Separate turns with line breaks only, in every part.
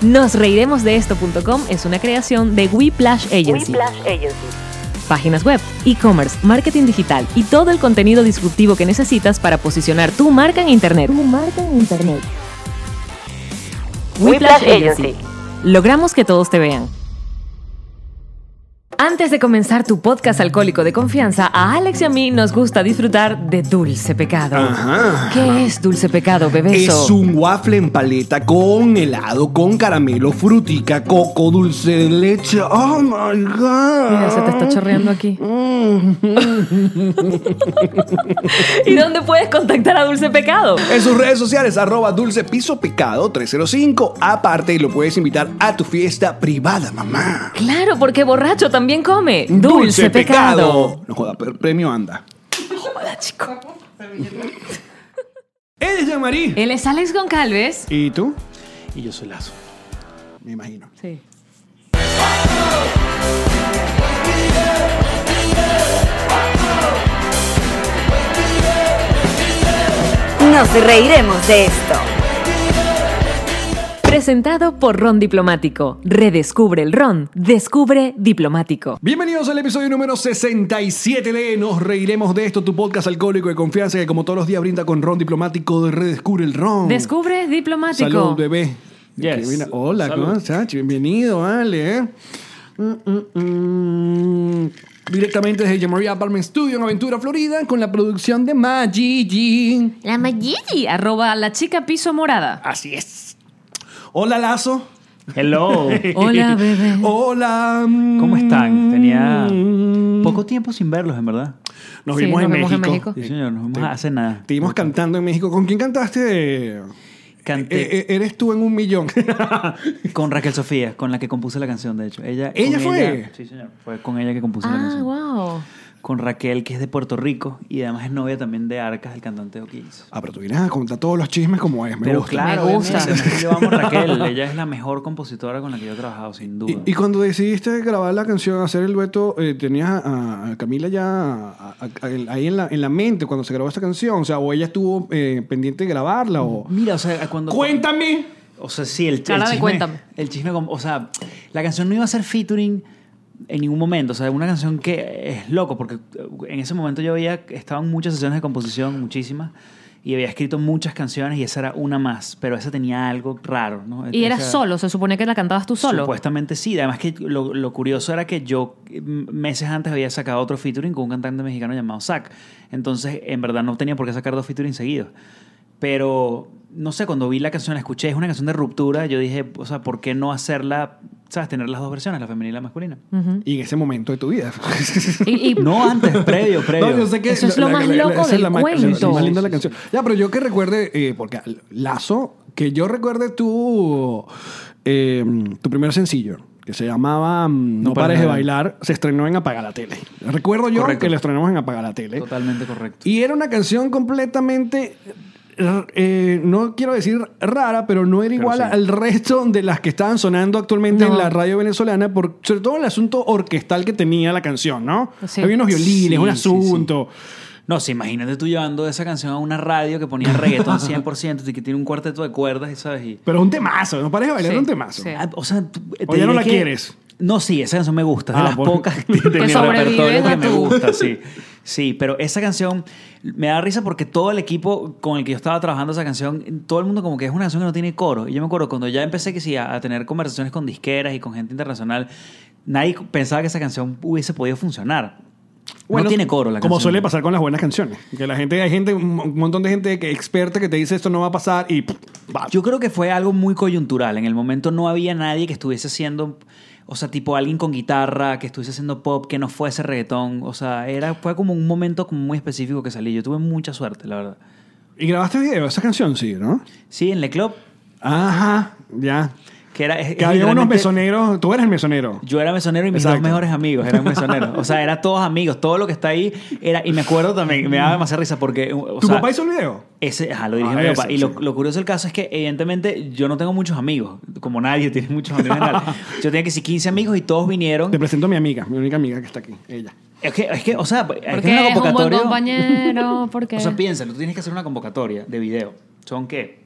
Nos reiremos de esto.com es una creación de Weplash Agency.
Whiplash Agency.
Páginas web, e-commerce, marketing digital y todo el contenido disruptivo que necesitas para posicionar tu marca en Internet.
Tu marca en Internet.
Whiplash
Whiplash
Agency.
Agency.
Logramos que todos te vean. Antes de comenzar tu podcast alcohólico de confianza, a Alex y a mí nos gusta disfrutar de Dulce Pecado.
Ajá.
¿Qué es Dulce Pecado, bebeso?
Es un waffle en paleta con helado, con caramelo, frutica, coco, dulce de leche. Oh my god. Mm.
Mira, se te está chorreando aquí. ¿Y dónde puedes contactar a Dulce Pecado?
En sus redes sociales, arroba dulce piso pecado 305. Aparte, lo puedes invitar a tu fiesta privada, mamá.
Claro, porque borracho también come. Dulce, Pecado.
No joda, pero premio anda.
Hola, chico.
Eres de Marí.
Él es Alex Goncalves.
¿Y tú? Y yo soy Lazo. Me imagino.
Sí.
Nos reiremos de esto.
Presentado por Ron Diplomático. Redescubre el Ron. Descubre Diplomático.
Bienvenidos al episodio número 67 de Nos Reiremos de Esto, tu podcast alcohólico de confianza que como todos los días brinda con ron diplomático de Redescubre el Ron.
Descubre Diplomático.
Salud, bebé.
Yes.
Que viene- Hola,
Salud.
¿cómo estás? Bienvenido, Ale. ¿eh? Mm, mm, mm. Directamente desde Jamboree Apartment Studio en Aventura, Florida, con la producción de Magigi.
La Magigi, arroba la chica piso morada.
Ah.
Así es. Hola, Lazo.
Hello.
Hola, bebé.
Oh,
Hola. mm.
¿Cómo están? Tenía poco tiempo sin verlos, en verdad.
Nos
Sí,
vimos
nos
en
vimos
México.
en México.
Sí, señor, no
Te-
vamos a hacer nada.
Te vimos cantando en México. ¿Con quién cantaste?
Canté
E- e- eres tú en un millón.
con Raquel Sofía, con la que compuse la canción, de hecho. Ella,
eh. ¿Ella
con
fue?
sí, señor. Fue con ella que compuse la
Ah,
canción.
wow.
Con Raquel, que es de Puerto Rico y además es novia también de Arcas, el cantante de O'Kills.
ah, pero tú vienes a contar todos los chismes como es. Me
Pero
gusta.
claro,
Me gusta.
obviamente, yo amo a Raquel. Ella es la mejor compositora con la que yo he trabajado, sin duda.
Y, y cuando decidiste grabar la canción, hacer el dueto, eh, ¿tenías a, a Camila ya a- a- a- el- ahí en la, en la mente cuando se grabó esta canción? O sea, o ella estuvo eh, pendiente de grabarla o...
Mira, o sea, cuando...
¡Cuéntame!
O sea, sí, el, el
Cara de
chisme.
cuéntame.
El chisme, como- o sea, la canción no iba a ser featuring en ningún momento. O sea, una canción que es loco, porque eh, en ese momento yo había, estaban muchas sesiones de composición, muchísimas, y había escrito muchas canciones y esa era una más, pero esa tenía algo raro, ¿no?
Y eras
Esa-
solo, se supone que la cantabas tú solo.
Supuestamente sí. Además que lo, lo curioso era que yo eh, meses antes había sacado otro featuring con un cantante mexicano llamado Zack. Entonces, en verdad no tenía por qué sacar dos featuring seguidos. Pero, no sé, cuando vi la canción, la escuché, es una canción de ruptura, yo dije, o sea, ¿por qué no hacerla, sabes, tener las dos versiones, la femenina y la masculina?
Y en ese momento de tu vida.
Y, y-
No antes, previo, previo.
No, yo sé que
Eso es lo más loco
esa es
del
la más-
cuento.
la- la más linda de la
Sí, sí,
canción. Ya, pero yo que recuerde, eh, porque Lazo, que yo recuerde tu, eh, tu primer sencillo, que se llamaba mm, No,
No
pares
pares
de
de
bailar, se estrenó en Apaga la Tele. Recuerdo yo
Correcto.
que lo estrenamos en Apaga la Tele.
Totalmente correcto.
Y era una canción completamente, r- eh, no quiero decir rara, pero no era igual
sí.
al resto de las que estaban sonando actualmente
No.
en la radio venezolana, por, sobre todo el asunto orquestal que tenía la canción, ¿no?
Sí.
Había unos violines,
Sí,
un
sí, sí.
asunto.
No, sí, imagínate tú llevando esa canción a una radio que ponía reggaetón 100% y que tiene un cuarteto de cuerdas y sabes, y...
Pero es un temazo, no parece bailar
Sí,
un temazo.
sí.
Ah, O sea, tú- te
O ya no
diré
la
que-
quieres.
No, sí, esa canción me gusta. Es de
Ah,
las
bueno.
pocas de, de
Que
mi
sobreviven
repertorio
a
que me
tu-
gusta, sí. Sí, pero esa canción me da risa porque todo el equipo con el que yo estaba trabajando esa canción, todo el mundo como que es una canción que no tiene coro. Y yo me acuerdo cuando ya empecé que sí, a, a tener conversaciones con disqueras y con gente internacional, nadie pensaba que esa canción hubiese podido funcionar. no tiene coro la canción.
Como suele pasar con las buenas canciones. Que la gente, hay gente, un mo- un montón de gente que, experta que te dice esto no va a pasar y ¡pum! va.
Yo creo que fue algo muy coyuntural. En el momento no había nadie que estuviese haciendo, o sea, tipo alguien con guitarra, que estuviese haciendo pop, que no fuese reggaetón. O sea, era, fue como un momento como muy específico que salí. Yo tuve mucha suerte, la verdad.
Y grabaste video, esa canción sí, ¿no?
Sí, en Le Club,
Ajá, ya.
que era... es-
Que
es
había unos
literalmente-
mesoneros, tú eres el mesonero.
Yo era mesonero y mis
Exacto.
dos mejores amigos eran mesoneros. O sea, era todos amigos. Todo lo que está ahí era... Y me acuerdo también, me daba demasiada risa porque... o
¿Tu
sea,
papá hizo el video?
Ese, ajá, lo dirige
Ah,
mi papá.
ese,
y lo,
sí.
lo curioso del caso es que, evidentemente, yo no tengo muchos amigos, como nadie tiene muchos amigos en general. Yo tenía que sí 15 amigos y todos vinieron.
Te presento a mi amiga, mi única amiga que está aquí, ella.
Es que, es que o sea, es que
Porque
es una
es un buen
convocatoria.
compañero, porque...
o sea, piénsalo, tú tienes que hacer una convocatoria de video. ¿Son qué?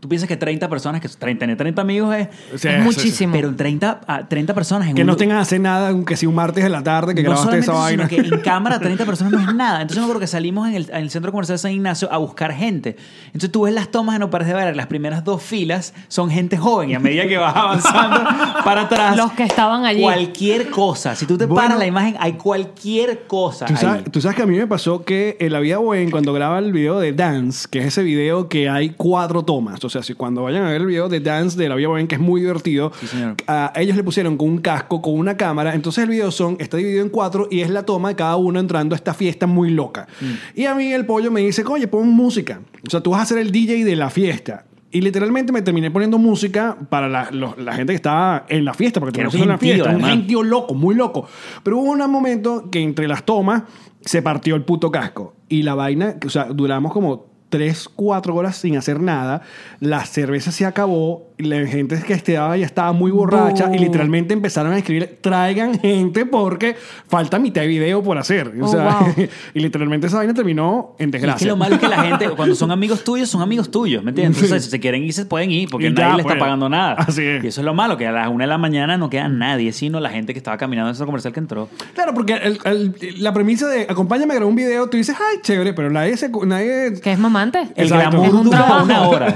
Tú piensas que 30 personas, que 30, tener 30 amigos es...
Sí,
es
sí,
muchísimo.
Pero 30, a 30 personas en
Que
un
no
lu-
tengan que hacer nada, aunque sea un martes de la tarde que
no
grabaste esa
solamente
vaina.
eso, Sino que en cámara 30 personas no es nada. Entonces me acuerdo que salimos en el, en el centro comercial de San Ignacio a buscar gente. Entonces tú ves las tomas de No Pares de Bailar. Las primeras dos filas son gente joven y a medida que vas avanzando para atrás.
Los que estaban allí.
Cualquier cosa. Si tú te
Bueno.
paras la imagen, hay cualquier cosa.
¿Tú sabes,
ahí.
tú sabes que a mí me pasó que en la vida Bowen, cuando graba el video de Dance, que es ese video que hay cuatro tomas, o sea, si cuando vayan a ver el video de Dance de la vida Bowen, que es muy divertido,
Sí, señor.
a ellos le pusieron con un casco, con una cámara, entonces el video son, está dividido en cuatro y es la toma de cada uno entrando a esta fiesta muy loca.
Mm.
Y a mí el pollo me dice, oye, pon música, o sea, tú vas a ser el DJ de la fiesta. Y literalmente me terminé poniendo música para la, los- la gente que estaba en la fiesta, porque
Que era
terminó siendo
un
una
gentío,
fiesta, un
además.
gentío loco, muy loco. Pero hubo un momento que entre las tomas se partió el puto casco. Y la vaina, que, o sea, duramos como 3, 4 horas sin hacer nada. La cerveza se acabó. La gente que estaba ya estaba muy borracha.
Bu.
Y literalmente empezaron a escribir, traigan gente porque falta mitad de video por hacer. O
Oh,
sea,
wow.
y literalmente esa vaina terminó en
Y es
desgracia.
que lo malo es que la gente, cuando son amigos tuyos, son amigos tuyos, ¿me entiendes? Entonces, si se quieren ir, se pueden ir, porque
Y
nadie
ya,
le está
pues.
pagando nada.
Así es.
Y eso es lo malo, que a las una de la mañana no queda nadie, sino la gente que estaba caminando en el centro comercial que entró.
Claro, porque el- el- la premisa de acompáñame a grabar un video, tú dices, ay, chévere, pero nadie se... Nadie...
Que es mamante.
El
Exacto.
glamour
Es un
dura
trabajo.
una hora.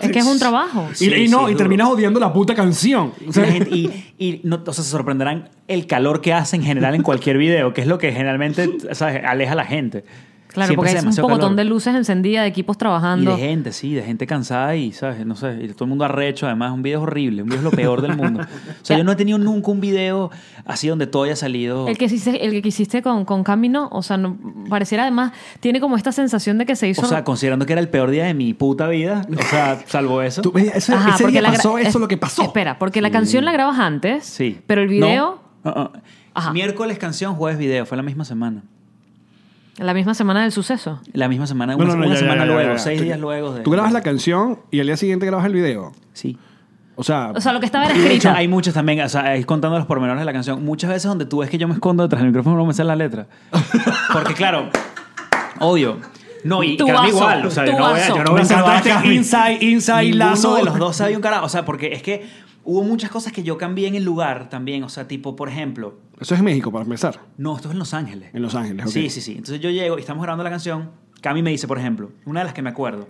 Es que es un trabajo.
Sí,
y, y no,
sí,
y
duro.
terminas odiando la puta canción. O
Y,
sea,
la gente- y- y no, o sea, se sorprenderán el calor que hace en general en cualquier video, que es lo que generalmente ¿sabes? aleja a la gente.
Claro,
Siempre
porque
hace
es un
demasiado
pocotón
calor.
de luces encendidas, de equipos
Y
trabajando.
de gente, sí, de gente cansada y, ¿sabes? No sé, y todo el mundo arrecho, además, un video es horrible, un video es lo peor del mundo. O sea, yo no he tenido nunca un video así donde todo haya salido.
El que hiciste, el que hiciste con, con Camino, o sea, no, pareciera además, tiene como esta sensación de que se hizo.
O sea, considerando que era el peor día de mi puta vida, o sea, salvo eso.
tú- ese ese
Ajá, porque
día
la gra-
pasó
es-
eso lo que pasó.
Espera, porque la canción la grabas antes,
Sí.
pero el video
No, no, no.
Ajá.
Miércoles canción, jueves video, fue la misma semana.
la misma semana del suceso.
La misma semana,
No,
una,
no, no, ya,
una
ya,
semana
ya, ya,
luego,
ya.
seis
Tú-
días luego. De,
Tú grabas la canción y al día siguiente grabas el video.
Sí.
O sea,
O sea, lo que estaba era
Y de hecho,
escrito.
hay muchos también, o sea, ahí contando los pormenores de la canción. Muchas veces donde tú ves que yo me escondo detrás del micrófono, no me sale la letra. Porque, claro, obvio. No, y
Tu
que a mí
vaso,
igual. O sea, yo
tu
no voy a, yo
vaso.
no voy a
Me encanta
salvar a
este
Cami.
inside, inside,
Ninguno
lazo.
de los dos sabe un carajo. O sea, porque es que hubo muchas cosas que yo cambié en el lugar también. O sea, tipo, por ejemplo,
eso es México, para empezar.
no, esto es en Los Ángeles.
En Los Ángeles, ok.
Sí, sí, sí. Entonces yo llego y estamos grabando la canción. Cami me dice, por ejemplo, una de las que me acuerdo.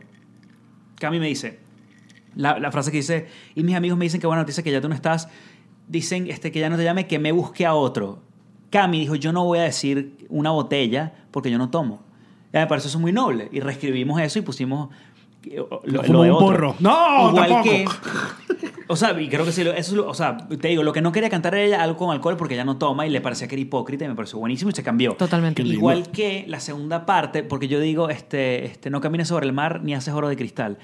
Cami me dice, la, la frase que dice, y mis amigos me dicen que buena noticia que ya tú no estás. Dicen este, que ya no te llame, que me busque a otro. Cami dijo, yo no voy a decir una botella porque yo no tomo. Ya me pareció eso muy noble. Y reescribimos eso y pusimos eh, lo,
Como
de
un
otro.
porro. ¡No, tampoco!
O sea, y creo que sí, lo- eso es lo- o sea, te digo, lo que no quería cantar era ella algo con alcohol porque ella no toma y le parecía que era hipócrita y me pareció buenísimo y se cambió.
Totalmente.
Qué lindo.
Igual que la segunda parte, porque yo digo, este, este, no camines sobre el mar ni haces oro de cristal.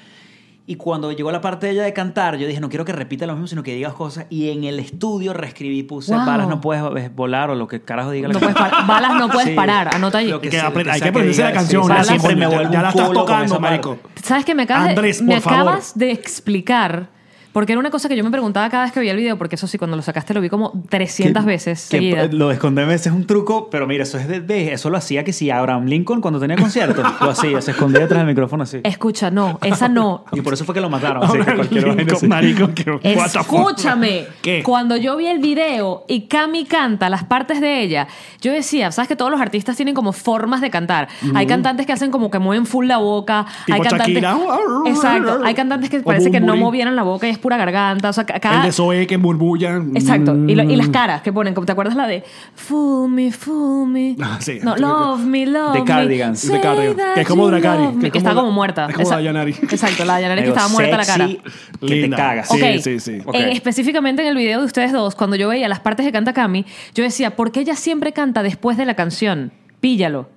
Y cuando llegó la parte de ella de cantar, yo dije, no quiero que repita lo mismo, sino que digas cosas. Y en el estudio reescribí, puse
Wow.
balas no puedes eh, volar o lo que carajo diga. la
No
canción.
puedes parar. Balas no puedes parar, anota ahí.
lo
Que
sea-
aprend- hay
sea
que aprenderse
diga,
la canción,
sí,
ya
siempre
coño,
me vuelvo
ya
un
la estás
culo con
tocando,
esa parte.
marico.
¿Sabes qué? Me acabas,
Andrés,
de, me
por favor.
acabas de explicar. Porque era una cosa que yo me preguntaba cada vez que veía el video, porque eso sí, cuando lo sacaste lo vi como 300
Que-
veces
que eh,
seguidas.
Lo de esconderme ese es un truco, pero mira, eso es de, de- eso lo hacía que si Abraham Lincoln cuando tenía conciertos, lo hacía, se escondía detrás del micrófono así.
Escucha, no, esa no.
Y por eso fue que lo mataron. así, que
Ahora,
cualquier vaina
Lincoln,
así.
marico, que- what the fuck.
Escúchame.
¿Qué?
Cuando yo vi el video y Cami canta las partes de ella, yo decía, sabes que todos los artistas tienen como formas de cantar. Hay cantantes que hacen como que mueven full la boca.
Tipo
hay cantantes,
Shakira.
Exacto. Hay cantantes que
O
parece que no
Bunbury.
movieran la boca y es pura garganta. O sea, ca-
El
cada,
de Zoe que mm, burbullan.
Exacto. Y, lo- y las caras que ponen, como te acuerdas la de Fool me, fool me.
Ah, sí.
no, love me, love
De
me.
Cardigans, de
say
Cardigans.
that
Que es como
you
Dracari,
love me.
que
Que,
es
está
como-
como muerta.
es como
Esa-
la Dayanari.
Exacto, la Dayanari que
Digo,
estaba muerta la cara.
sexy, Que te
Linda.
cagas.
Sí,
Ok.
sí, sí.
Eh,
Ok.
específicamente en el video de ustedes dos, cuando yo veía las partes que canta Cami, yo decía, ¿por qué ella siempre canta después de la canción? Píllalo.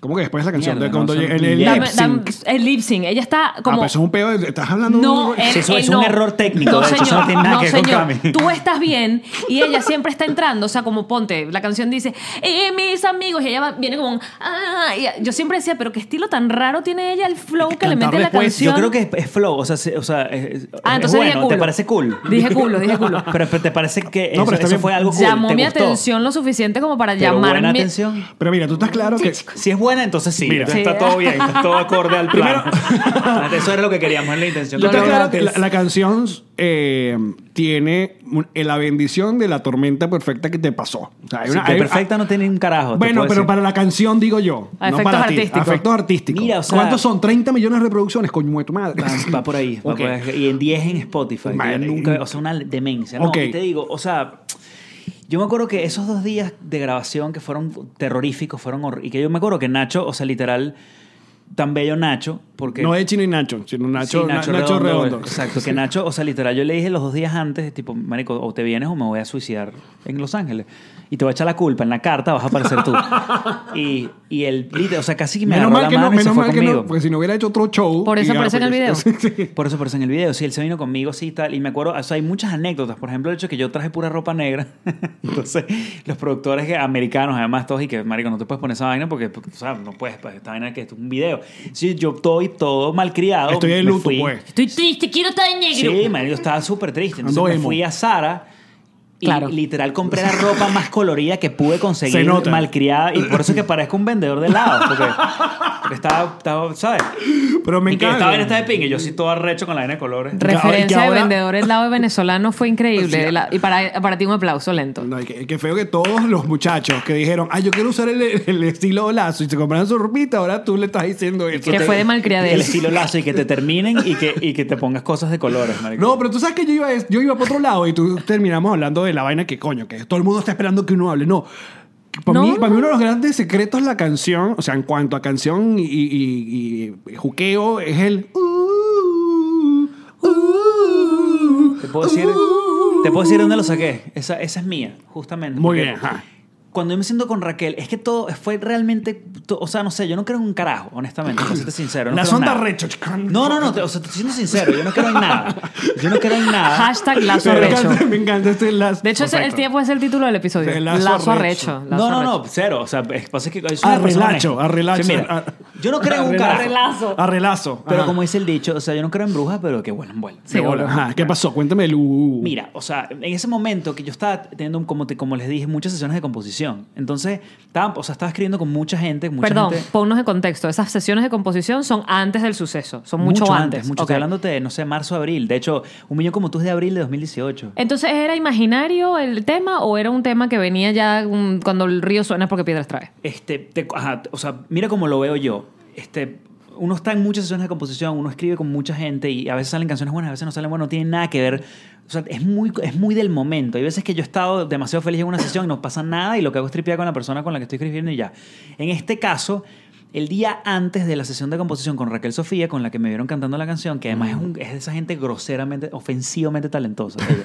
¿Cómo que después de la canción?
Mierda,
de cuando
no,
llega
son-
el, el
Dame-
lip
Dam-
sync.
el lip sync. Ella está
Ah,
como.
pero eso es un pedo. de- Estás hablando
No, eh.
de-
él-
Sí, eso-
él
es un
no.
error técnico,
No,
de hecho, eso
señor,
no tiene nada
no,
que ver con
señor.
Cami.
Tú estás bien y ella siempre está entrando, o sea, como ponte, la canción dice, y mis amigos, y ella va- viene como un, "Ah", y yo siempre decía, pero qué estilo tan raro tiene ella el flow que, le
cantar
mete a la
después,
canción.
Yo creo que es, es flow, o sea, se- o sea es, es-
Ah,
es
entonces dije
bueno,
culo.
te parece cool.
Dije culo, dije culo.
Pero, pero te parece que
No, pero
eso,
está
eso
bien.
fue algo cool.
Llamó
¿te
mi
gustó?
atención lo suficiente como para
Pero
llamar
buena
mi
atención.
Pero mira, tú estás claro que.
Si es buena, entonces sí.
Mira.
Sí.
entonces Está todo bien, está todo acorde al plan. Eso era lo que queríamos, es la intención.
Yo
Lo
te aclaro que
lograste.
la, la canción eh, tiene un- la bendición de la tormenta perfecta que te pasó. O sea, hay
Sí,
una-
que
hay-
perfecta no tiene un carajo. te
Bueno,
puedo
pero
decir.
para la canción digo yo.
A
no
efectos
para ti.
artísticos.
A efectos artísticos.
Mira, o sea-
¿Cuántos son? 30 millones de reproducciones, coño de tu madre.
Va, va por ahí. va
Ok.
por ahí. Y en 10 en Spotify. que
Madre.
nunca, o sea, una demencia. No,
Ok.
y te digo, o sea, yo me acuerdo que esos dos días de grabación que fueron terroríficos, fueron hor- Y que yo me acuerdo que Nacho, o sea, literal, tan bello Nacho, porque...
No es Chino y Nacho, sino Nacho,
Sí,
Na- Nacho Redondo.
Exacto, que Nacho, o sea, literal, yo le dije los dos días antes, tipo, marico, o te vienes o me voy a suicidar en Los Ángeles. Y te voy a echar la culpa, en la carta vas a aparecer tú. y, y él, literal, o sea, casi que me
menos
agarró
mal
la
que no,
mano y se
menos
fue
mal que no, pues.
conmigo.
porque si no hubiera hecho otro show.
Por eso
y ya, pues,
aparece en el
porque-
video.
Sí, sí.
Por eso aparece en el video. Sí, él se vino conmigo, sí, tal. Y me acuerdo, o sea, hay muchas anécdotas. Por ejemplo, el hecho de que yo traje pura ropa negra. Entonces, los productores que- americanos, además, todos, y que, marico, no te puedes poner esa vaina porque, porque, o sea, no puedes, pues, esta vaina que esto es un video. Sí, yo estoy todo malcriado.
Estoy de
me
luto,
fui.
pues.
Estoy triste, quiero estar en negro.
Sí, marico, estaba súper triste. Entonces,
Ando
me
emo.
fui a Sara. Y
Claro.
literal compré la ropa más colorida que pude
Se
conseguir
nota.
malcriada y por eso que parezco un vendedor de helados porque porque estaba, estaba ¿sabes?
Pero me
y que
encanta.
esta vaina está de pingue y yo sí todo arrecho con la vaina de colores
Que
Referencia
ahora-
de vendedores lado venezolano fue increíble. La- y para, para ti un aplauso lento.
No, y que, que feo que todos los muchachos que dijeron, ay, yo quiero usar el, el estilo lazo y se compraron su ropita, ahora tú le estás diciendo eso.
Que
te-
fue de malcriadez.
El estilo lazo y que te terminen y que, y que te pongas cosas de colores, marico.
No, pero tú sabes que yo iba, a- yo iba para otro lado y tú terminamos hablando de la vaina que coño, que todo el mundo está esperando que uno hable. No. Para,
No.
mí, para mí uno de los grandes secretos de la canción, o sea, en cuanto a canción y, y- y- y juqueo, es el... "Uh,
Te puedo decir, te puedo decir dónde lo saqué. Esa, esa es mía, justamente.
uh". Muy
Porque
bien, ajá.
Cuando yo me siento con Raquel, es que todo fue realmente. to- o sea, no sé, yo no creo en un carajo, honestamente, para serte sincero. No
la
creo en
sonda
nada.
recho.
No, no, no, te- o sea, te estoy siendo sincero, yo no creo en nada. Yo no creo en nada.
Hashtag lazo
Me
arrecho.
encanta, me encanta este lazo.
De hecho, ese- el
Perfecto.
tiempo es el título del episodio.
El lazo
lazo,
arrecho.
arrecho.
No,
lazo
no,
arrecho.
no, cero. O sea, es- pasa que soy una persona
Arrelacho,
honesta.
arrelacho.
Sí, mira,
Ar-
yo no creo en un
arrelacho.
carajo.
Arrelazo.
Arrelazo.
Pero
Ajá.
como dice el dicho, o sea, yo no creo en brujas, pero que vuelan, vuelan.
Sí,
De bola.
bueno.
Ajá, Ah, ¿Qué pasó? Cuéntame el... uh.
Mira, o sea, en ese momento que yo estaba teniendo, como, te, como les dije, muchas sesiones de composición. Entonces, estaba, o sea, estaba escribiendo con mucha gente, mucha
Perdón,
gente-
ponnos en contexto. Esas sesiones de composición son antes del suceso. Son mucho, antes.
mucho.
Ok.
Estoy hablándote de, no sé, marzo, abril. De hecho, Un Millón Como Tú es de abril de 2018.
Entonces, ¿era imaginario el tema o era un tema que venía ya mm, cuando el río suena es porque piedras trae?
Este, te- ajá, o sea, mira cómo lo veo yo. Este, uno está en muchas sesiones de composición, uno escribe con mucha gente y a veces salen canciones buenas, a veces no salen buenas, no tienen nada que ver. O sea, es muy, es muy del momento. Hay veces que yo he estado demasiado feliz en una sesión y no pasa nada y lo que hago es tripear con la persona con la que estoy escribiendo y ya. En este caso, el día antes de la sesión de composición con Raquel Sofía, con la que me vieron cantando la canción, que además es, un- es de esa gente groseramente, ofensivamente talentosa. ella.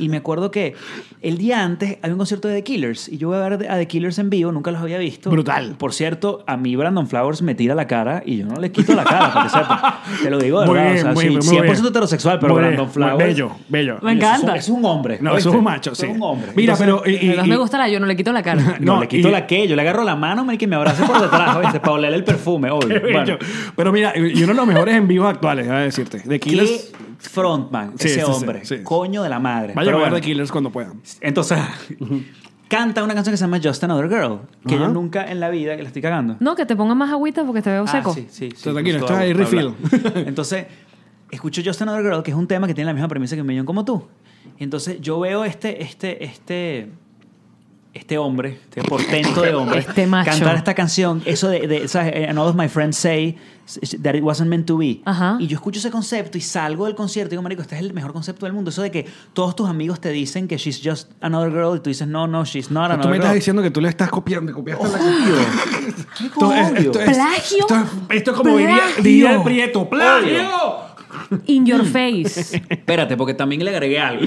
y me acuerdo que el día antes había un concierto de The Killers y yo voy a ver a The Killers en vivo, nunca los había visto.
Brutal.
Por cierto, a mí Brandon Flowers me tira la cara y yo no le quito la cara, para que sepa. Te lo digo de
Muy
verdad.
bien,
o sea,
muy
sí,
bien, muy
100%
bien.
heterosexual, pero
Muy bien,
Brandon
muy
Flowers.
Bello, bello.
Me encanta.
Es un, es un hombre.
No, es
¿oíste?
un macho, sí.
Es un hombre.
Mira,
Entonces,
pero... eh,
De
y-
verdad
y-
me
y-
gusta la yo, no le quito la cara.
No,
No,
le quito
y-
la que, yo le agarro la mano, marica, y me abraza por detrás, ¿oíste? Para oler el perfume, obvio.
Qué
Bueno,
bello. Pero mira, eh, y uno de los mejores en vivos actuales, voy a decirte. De
qué
Killers.
frontman,
Sí,
ese
sí, sí,
hombre.
sí.
Coño de la madre.
Vayan
Pero
a ver
bueno.
de Killers cuando puedan.
Entonces, canta una canción que se llama Just Another Girl, que
Ajá.
yo nunca en la vida que la estoy cagando.
No, que te ponga más agüita porque te veo
Ah,
seco.
sí, sí, sí,
Pero tranquilo,
justo
esto es
hago
ahí
para
refill.
hablar. Entonces, escucho Just Another Girl, que es un tema que tiene la misma premisa que un millón como tú. Entonces, yo veo este, este, este, este hombre, este portento de hombre,
Este macho.
cantar esta canción, eso de, de, ¿sabes? And all of my friends say that it wasn't meant to be.
Ajá.
Y yo escucho ese concepto y salgo del concierto y digo, marico, este es el mejor concepto del mundo. Eso de que todos tus amigos te dicen que she's just another girl y tú dices, no, no, she's not
O sea, tú
another
me
girl.
estás diciendo que tú le estás copiando, copiaste la
Obvio. ¿Qué
Esto es,
obvio?
esto es-
Plagio.
Esto es, esto es como diría,
Plagio.
diría el Prieto. ¡Plagio!
In your face.
Espérate, porque también le agregué algo.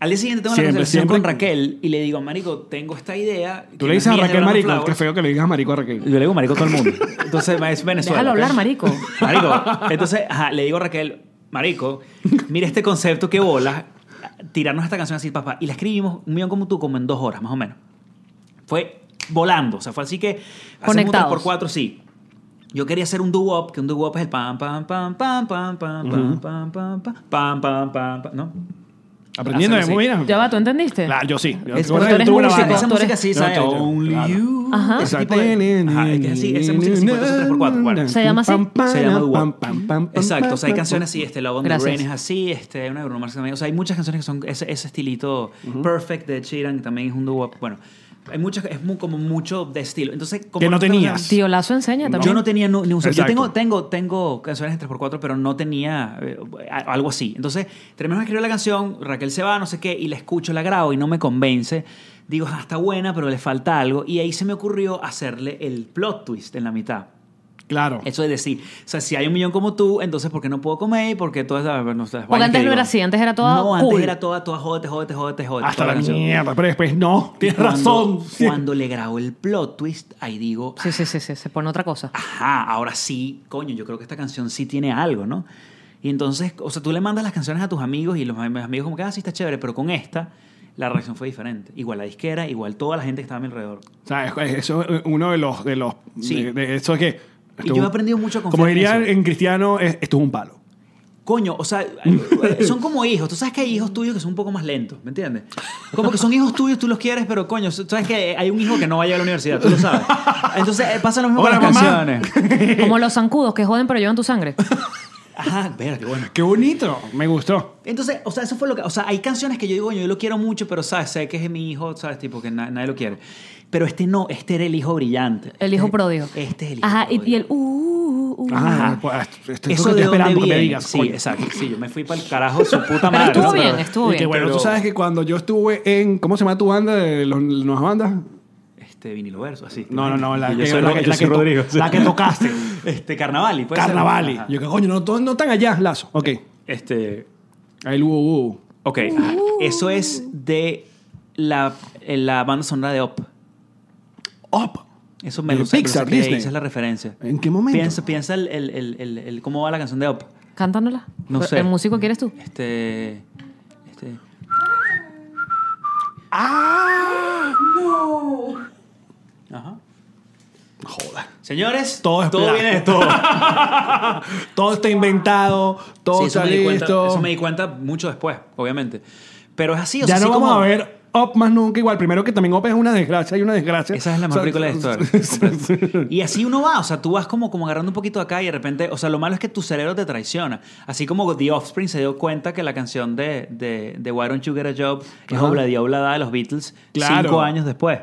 Al día siguiente tengo
Siempre,
la conversación
siempre.
con Raquel y le digo, Marico, tengo esta idea. que
Tú
no
le
es
dices a
mía, es de
Raquel
Brandon
Marico. Qué
Flowers.
feo que le digas Marico a Raquel.
Yo le digo Marico a todo el mundo. Entonces es Venezuela.
Déjalo
¿ok?
hablar, marico.
Marico. Entonces, ajá, le digo a Raquel, Marico, mira este concepto que bola, tirarnos esta canción así, papá. Y la escribimos un millón como tú, como en dos horas, más o menos. Fue volando. O sea, fue así que.
Conectados.
por cuatro, sí. Yo quería hacer un doo-wop, que un doo-wop es el pam, pam, pam, pam, pam, pam, pam, pam, pam, pam, pam, pam, pam, pam, pam, ¿no?
Aprendiendo de
Hacerlo así.
mira.
Ya va, ¿tú entendiste?
Claro, yo sí. Yo-
Es-
yo- yo-
tú eres
tuve una
músico,
banda.
tú
esa
eres-
música sí, ¿sabes?
No, yo-
Only
claro.
You.
Ah,
Ajá.
Ese tipo de... Ajá, es que así, esa música es 54, 3x4. Bueno,
Se llama así.
se llama Doo Wop.
Pam, pam, pam,
Exacto, o sea, hay
pam,
canciones así, este Love on
Gracias.
the Rain es así, este, hay una de Bruno Mars también, o sea, hay muchas canciones que son ese, ese estilito perfect de Ed Sheeran, también es un doo bueno, hay muchas, es muy, como mucho de estilo, entonces como
Que no
estamos
tenías.
hablando-
Tío Lazo enseña también.
Yo no tenía nu- ni un solo. Yo
Exacto.
tengo, tengo, tengo canciones de 3x4, pero no tenía eh, a- algo así. Entonces, terminamos de escribir la canción, Raquel se va, no sé qué, y la escucho, la grabo y no me convence. Digo, ah, está buena, pero le falta algo. Y ahí se me ocurrió hacerle el plot twist en la mitad.
Claro.
Eso es decir, o sea, si hay un millón como tú, entonces ¿por qué no puedo comer? Porque todas las... no sé, las
Porque
vainas
antes
que
no
digo.
era así, antes era toda
No, antes
cool.
era toda, toda, jódete, jódete, jódete, jódete.
Hasta
toda
la
canción.
mierda. Pero después, no, tienes
Cuando-
razón. Sí.
Cuando le grabo el plot twist, ahí digo,
Sí, sí, sí, sí, se pone otra cosa.
ajá, ahora sí, coño, yo creo que esta canción sí tiene algo, ¿no? Y entonces, o sea, tú le mandas las canciones a tus amigos y los am- amigos como que, ah, sí, está chévere, pero con esta la reacción fue diferente. Igual la disquera, igual toda la gente que estaba a mi alrededor.
O sea, es- eso es uno de los. De los
Sí.
de- de- eso es que. esto
yo
es un-
he aprendido mucho a confiar
Como
en
dirían
eso.
en cristiano, es- esto es un palo.
Coño, o sea, son como hijos. Tú sabes que hay hijos tuyos que son un poco más lentos, ¿me entiendes? Como que son hijos tuyos, tú los quieres, pero coño, tú sabes que hay un hijo que no va a llegar a la universidad, tú lo sabes. Entonces eh, pasa lo mismo
Hola,
con las
mamá.
canciones.
Como los zancudos que joden pero llevan tu sangre.
Ajá, verga, qué bueno.
Qué bonito. Me gustó.
Entonces, o sea, eso fue lo que. O sea, hay canciones que yo digo, coño, yo lo quiero mucho, pero sabes, sé que es mi hijo, sabes, tipo, que na- nadie lo quiere. Pero este no, este era el hijo brillante.
El hijo pródigo.
Este es el hijo
Ajá, y,
pródigo.
y el uh, uh, uh.
Ajá.
Ajá.
Pues, esto- esto es lo que
Eso de
estoy
dónde
esperando que me
viene.
digas.
Sí,
coño.
exacto. Sí, yo me fui para el carajo su puta
Pero
madre.
estuvo
¿no?
bien,
Pero-
estuvo
Y que
bien.
bueno,
Pero-
tú sabes que cuando yo estuve en. ¿Cómo se llama tu banda? De los- las nuevas bandas.
Este vinilo verso, así.
No, no, no. La
Y yo
que,
soy
la
Ro-
que-
yo
la
soy
que to-
Rodrigo.
la que tocaste.
Este, Carnavali. puede ser.
Carnaval.
Ajá.
Yo que coño, no, to- no están allá, Lazo. Ok.
Este.
Ahí hubo. hubo.
Ok. ajá. Eso es de la, eh, la banda sonora de Up.
Op.
Eso me
De
lo sé. pero
Pixar,
sé que
Disney.
Esa es la referencia.
¿En qué momento?
Piensa, piensa el, el- el- el- el- cómo va la canción de Op.
Cántándola.
No
Pero,
sé.
¿El músico quieres tú?
Este. Este.
¡Ah!
Ajá.
Joda.
Señores,
Todo es plan.
viene de todo.
Todo está inventado, todo
Sí,
está
me di cuenta,
listo.
eso me di cuenta mucho después, obviamente. Pero es así, o
ya
sea,
no
así
vamos
como-
a ver Up más nunca igual. Primero que también Up es una desgracia y una desgracia.
Esa es la
O
más
sea,
película de esto. y así uno va, o sea, tú vas como, como agarrando un poquito acá y de repente, o sea, lo malo es que tu cerebro te traiciona. Así como The Offspring se dio cuenta que la canción de, de, de Why Don't You Get a Job es
Ajá.
Obladi Oblada de los Beatles
Claro.
cinco años después.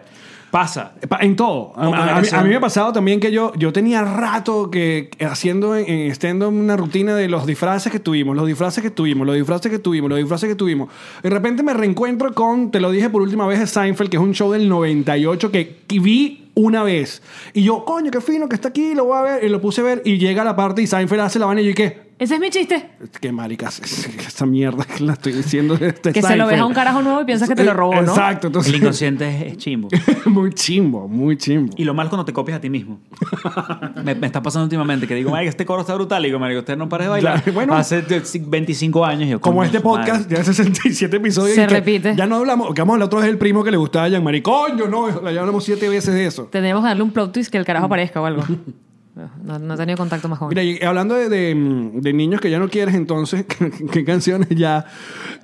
Pasa.
Pa- En todo. A,
Como la
a- a mí,
canción.
a mí me ha pasado también que yo, yo tenía rato que haciendo en, en stand-up una rutina de los disfraces que tuvimos, los disfraces que tuvimos, los disfraces que tuvimos, los disfraces que tuvimos. De repente me reencuentro con, te lo dije por última vez, Seinfeld, que es un show del 98 que que vi una vez. Y yo, coño, qué fino que está aquí, lo voy a ver. Y lo puse a ver y llega la parte y Seinfeld hace la vaina y yo, ¿y qué?
Ese es mi chiste.
Qué maricas, esa mierda que la estoy diciendo. Este
Que se lo ves
Seinfeld. Eh,
a un carajo nuevo y piensas que te lo robó, ¿no?
Exacto, entonces.
El inconsciente es, es chimbo.
muy chimbo, muy chimbo.
Y lo malo es cuando te copias a ti mismo. me, me está pasando últimamente que digo, marico, este coro está brutal. Y digo, marico, usted no para de bailar.
Claro, bueno.
Hace de- 25 años. Yo,
Como
coño,
este
su madre.
podcast ya 67 episodios.
Se
y que
repite.
Ya no hablamos, que vamos a la otra vez del primo que le gustaba a Jean-Marie. Coño, no, ya hablamos siete veces de eso.
Tendríamos que darle un plot twist que el
Mm.
carajo aparezca o algo. No, no he tenido contacto más con él.
Mira, y hablando de, de, mm, de niños que ya no quieres, entonces, ¿qué, qué canciones ya?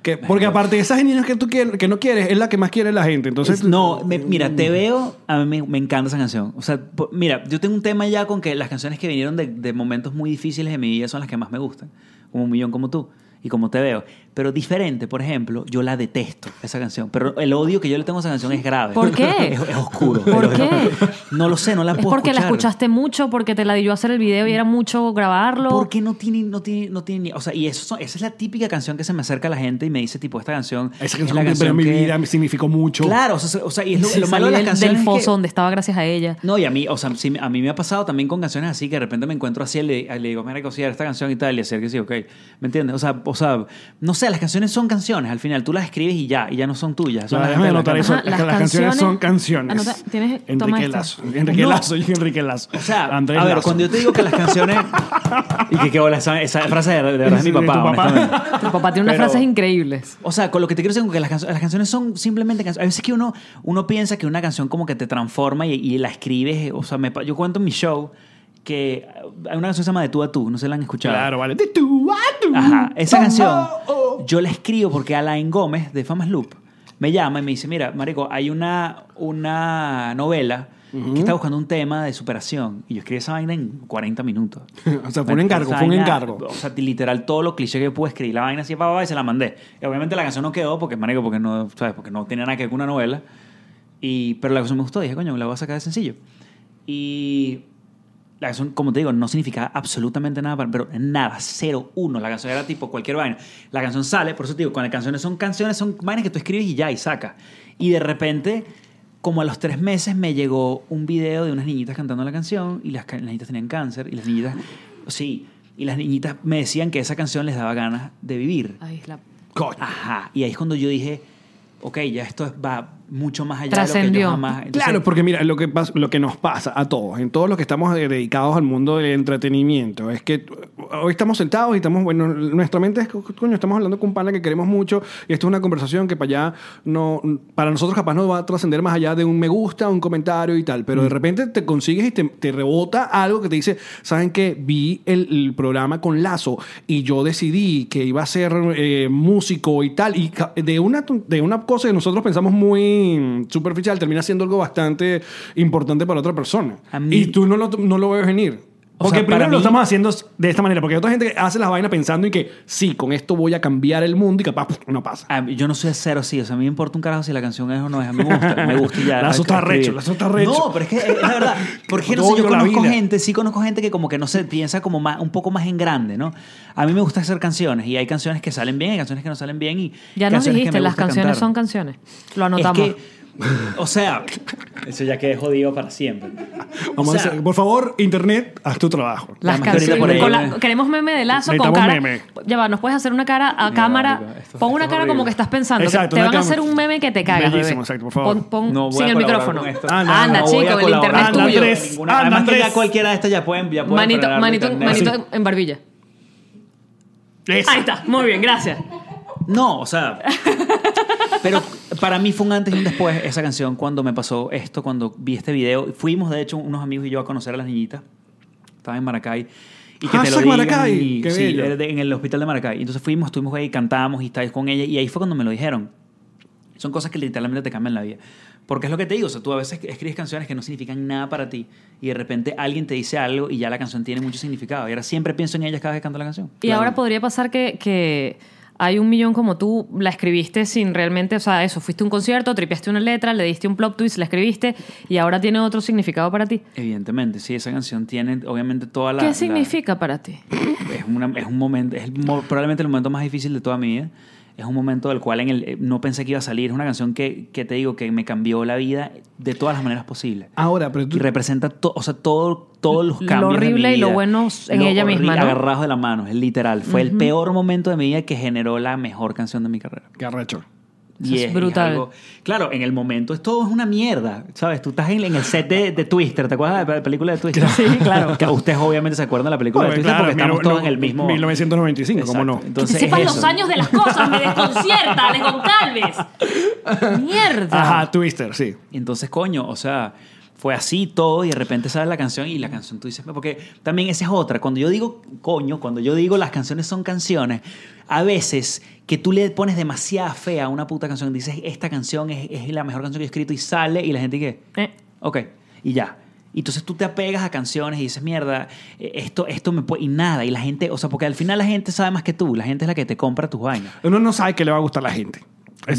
Que, porque aparte de esas niños que tú quieres, que no quieres, es la que más quiere la gente. Entonces,
Es- no, me- mira, te veo, a mí me, me encanta esa canción. O sea, po- mira, yo tengo un tema ya con que las canciones que vinieron de, de momentos muy difíciles de mi vida son las que más me gustan. Como Un Millón como tú y como te veo. Pero diferente, por ejemplo, yo la detesto, esa canción. Pero el odio que yo le tengo a esa canción es grave.
¿Por qué?
Es, es oscuro.
¿Por
pero-
qué?
No lo sé, no la
Es
puedo
porque la
escuchar.
escuchaste mucho, porque te la dio hacer el video y era mucho grabarlo.
Porque no tiene, no tiene, no tiene ni. O sea, y eso, son- esa es la típica canción que se me acerca a la gente y me dice, tipo, esta canción.
esa
es
canción
la
pero en mi
que-
vida me significó mucho.
Claro, o sea, o sea, y es lo,
Sí,
lo malo
salí
de las
del,
canciones.
del
es que-
foso donde estaba gracias a ella.
No, y a mí, o sea, sí, a mí me ha pasado también con canciones así que de repente me encuentro así y le, le digo, mira, considera esta canción y tal, y hacer que sí, ok. ¿Me entiendes? O sea, o sea, no sé, las canciones son canciones. Al final tú las escribes y ya, y ya no son tuyas. Son
Claro,
la
déjame
gente de la
anotar
cama.
eso.
Ajá,
es que
las
las canciones son
canciones-
canciones.
Anota- tienes- toma
Enrique
esto.
Lazo. Enrique
No.
Lazo y Enrique Lazo.
O sea,
Andrés
a ver,
Lazo.
cuando yo te digo que las canciones. y que, que hola, esa, esa frase de, de verdad es
Sí,
mi
de tu
papá,
papá.
honestamente.
Tu papá tiene unas
Pero-
frases increíbles.
O sea, con lo que te quiero decir, con que las, canciones- las canciones son simplemente canciones. A veces que uno, uno piensa que una canción como que te transforma y, y la escribes. O sea, me pa- yo cuento mi show que hay una canción que se llama De tú a tú, no se la han escuchado.
Claro, vale. De tú a tú.
Ajá. Esa
Oh,
canción
oh, oh.
yo la escribo porque Alain Gómez de Famas Loop me llama y me dice, mira, Marico, hay una, una novela que está buscando un tema de superación. Y yo escribí esa vaina en 40 minutos.
O sea, fue un encargo,
Esa
fue un
vaina,
encargo.
O sea, literal, todo lo cliché que pude escribir la vaina así, pa, pa, pa, y se la mandé. Y obviamente la canción no quedó porque, Marico, porque no, ¿sabes? Porque no tenía nada que ver con una novela. Y, pero la canción me gustó. Dije, coño, la voy a sacar de sencillo. Y la canción, como te digo, no significaba absolutamente nada, para- pero nada, cero, uno. La canción era tipo cualquier vaina. La canción sale, por eso te digo, cuando las canciones son canciones, son vainas que tú escribes y ya, y sacas. Y de repente, como a los tres meses, me llegó un video de unas niñitas cantando la canción y las, ca- las niñitas tenían cáncer y las niñitas, sí, y las niñitas me decían que esa canción les daba ganas de vivir.
Ay, es la-
Coño.
Ajá. Y ahí es cuando yo dije, ok, ya esto es- va mucho más allá de lo que yo
Trascendió.
jamás... Entonces,
Claro, porque mira, lo que, pas- lo que nos pasa a todos, en todos los que estamos eh, dedicados al mundo del entretenimiento, es que eh, hoy estamos sentados y estamos, bueno, nuestra mente es, co- coño, estamos hablando con un pana que queremos mucho y esto es una conversación que para allá, no, para nosotros capaz no va a trascender más allá de un me gusta, un comentario y tal, pero de repente te consigues y te, te rebota algo que te dice, ¿saben qué? Vi el, el programa con Lazo y yo decidí que iba a ser eh, músico y tal, y ca- de una, ton- de una cosa que nosotros pensamos muy mm, superficial, termina siendo algo bastante importante para otra persona.
A mí-
y tú no lo, no lo ves venir.
O
Porque
sea, para
primero lo
mí-
estamos haciendo de esta manera, porque hay otra gente que hace las vainas pensando y que sí, con esto voy a cambiar el mundo y capaz pff, no pasa.
A mí- yo no soy cero sí, o sea, a mí me importa un carajo si la canción es o no es, a mí me gusta, me gusta y ya.
Lazo está
Escribir.
recho, Lazo está recho.
No, pero es que es la verdad, porque no sé,
Odio
yo
la
conozco
vida.
gente, sí conozco gente que como que no se piensa como más, un poco más en grande, ¿no? A mí me gusta hacer canciones y hay canciones que salen bien, hay canciones que no salen bien y
Ya nos
canciones que
dijiste,
me
las
gusta
canciones
cantar.
son canciones. Lo
Es
anotamos.
que, o sea, eso ya quedé jodido para siempre.
Vamos
o sea-
a hacer- por favor, internet, haz tu trabajo.
Las
Además que ahorita
canciones.
por ahí-
con la- queremos meme de lazo con
Necesitamos
cara.
meme.
Ya va, nos puedes hacer una cara a cámara.
marico, esto-
pon una
esto es
cara como
horrible.
que estás pensando. que te
Exacto, una
van a
cámara.
hacer un meme que te cagas. bebé.
Bellísimo, exacto, por favor.
Pon- pon-
No voy
sin
a
el
colaborar
micrófono.
con esto.
Ah, no,
Anda,
no
voy a
chico, el
colaborar
internet es
con
tuyo.
Andrés.
ninguna-
Ah,
Además que
Andrés.
ya cualquiera de estas ya pueden, ya pueden
Manito,
frenar de
manito,
internet.
manito en barbilla.
Eso.
Ahí está, muy bien, gracias.
No, o sea. Pero para mí fue un antes y un después esa canción cuando me pasó esto, cuando vi este video. Fuimos, de hecho, unos amigos y yo a conocer a las niñitas. Estaba en Maracay. Y que te lo
Hashtag
digan
Ah, Maracay,
y-
qué
sí,
bello.
era de- en el hospital de Maracay. Entonces fuimos, estuvimos ahí, cantamos y estáis con ella. Y ahí fue cuando me lo dijeron. Son cosas que literalmente te cambian la vida. Porque es lo que te digo, o sea, tú a veces escribes canciones que no significan nada para ti y de repente alguien te dice algo y ya la canción tiene mucho significado. Y ahora siempre pienso en ellas cada vez que canto la canción.
Y ahora podría pasar que, que hay un millón como tú, la escribiste sin realmente, o sea, eso, fuiste a un concierto, tripiaste una letra, le diste un plot twist, la escribiste y ahora tiene otro significado para ti.
Evidentemente, sí, esa canción tiene obviamente toda la...
¿Qué
la-
significa para ti?
es, una- es un momento, es el mo- probablemente el momento más difícil de toda mi vida. Es un momento del cual en el, eh, no pensé que iba a salir. Es una canción que, que te digo que me cambió la vida de todas las maneras posibles.
Ahora, pero
Y
tú,
representa to- o sea, todo, todos los
Lo
cambios. de mi
horrible y lo
vida.
bueno en ella
horrible,
misma, ¿no?
Agarrados de la mano, es literal. Fue el peor momento de mi vida que generó la mejor canción de mi carrera.
qué arrecho.
Eso es brutal.
claro, en el momento es todo es una mierda, ¿sabes? Tú estás en, en el set de, de Twister, ¿te acuerdas de la pe- película de Twister? Sí, claro. Que ustedes obviamente se acuerdan de la película de
Bueno,
Twister
claro,
porque estamos
mil-
todos
no-
en el mismo...
1995, ¿cómo
Exacto.
no?
Entonces,
que te sepas
es
los
eso.
años de las cosas, me desconcierta, Alex Goncalves. Mierda.
Ajá, Twister, sí.
Y Entonces, coño, o sea, fue así todo y de repente sale la canción y la canción tú dices, porque también esa es otra. Cuando yo digo coño, cuando yo digo las canciones son canciones, a veces que tú le pones demasiada fe a una puta canción, dices, esta canción es, es la mejor canción que yo he escrito y sale y la gente que...
Eh,
Ok, y ya. Y entonces tú te apegas a canciones y dices, mierda, eh, esto, esto me puede... Y nada, y la gente, o sea, porque al final la gente sabe más que tú, la gente es la que te compra tus vainas.
Uno no sabe que le va a gustar a la gente. Es-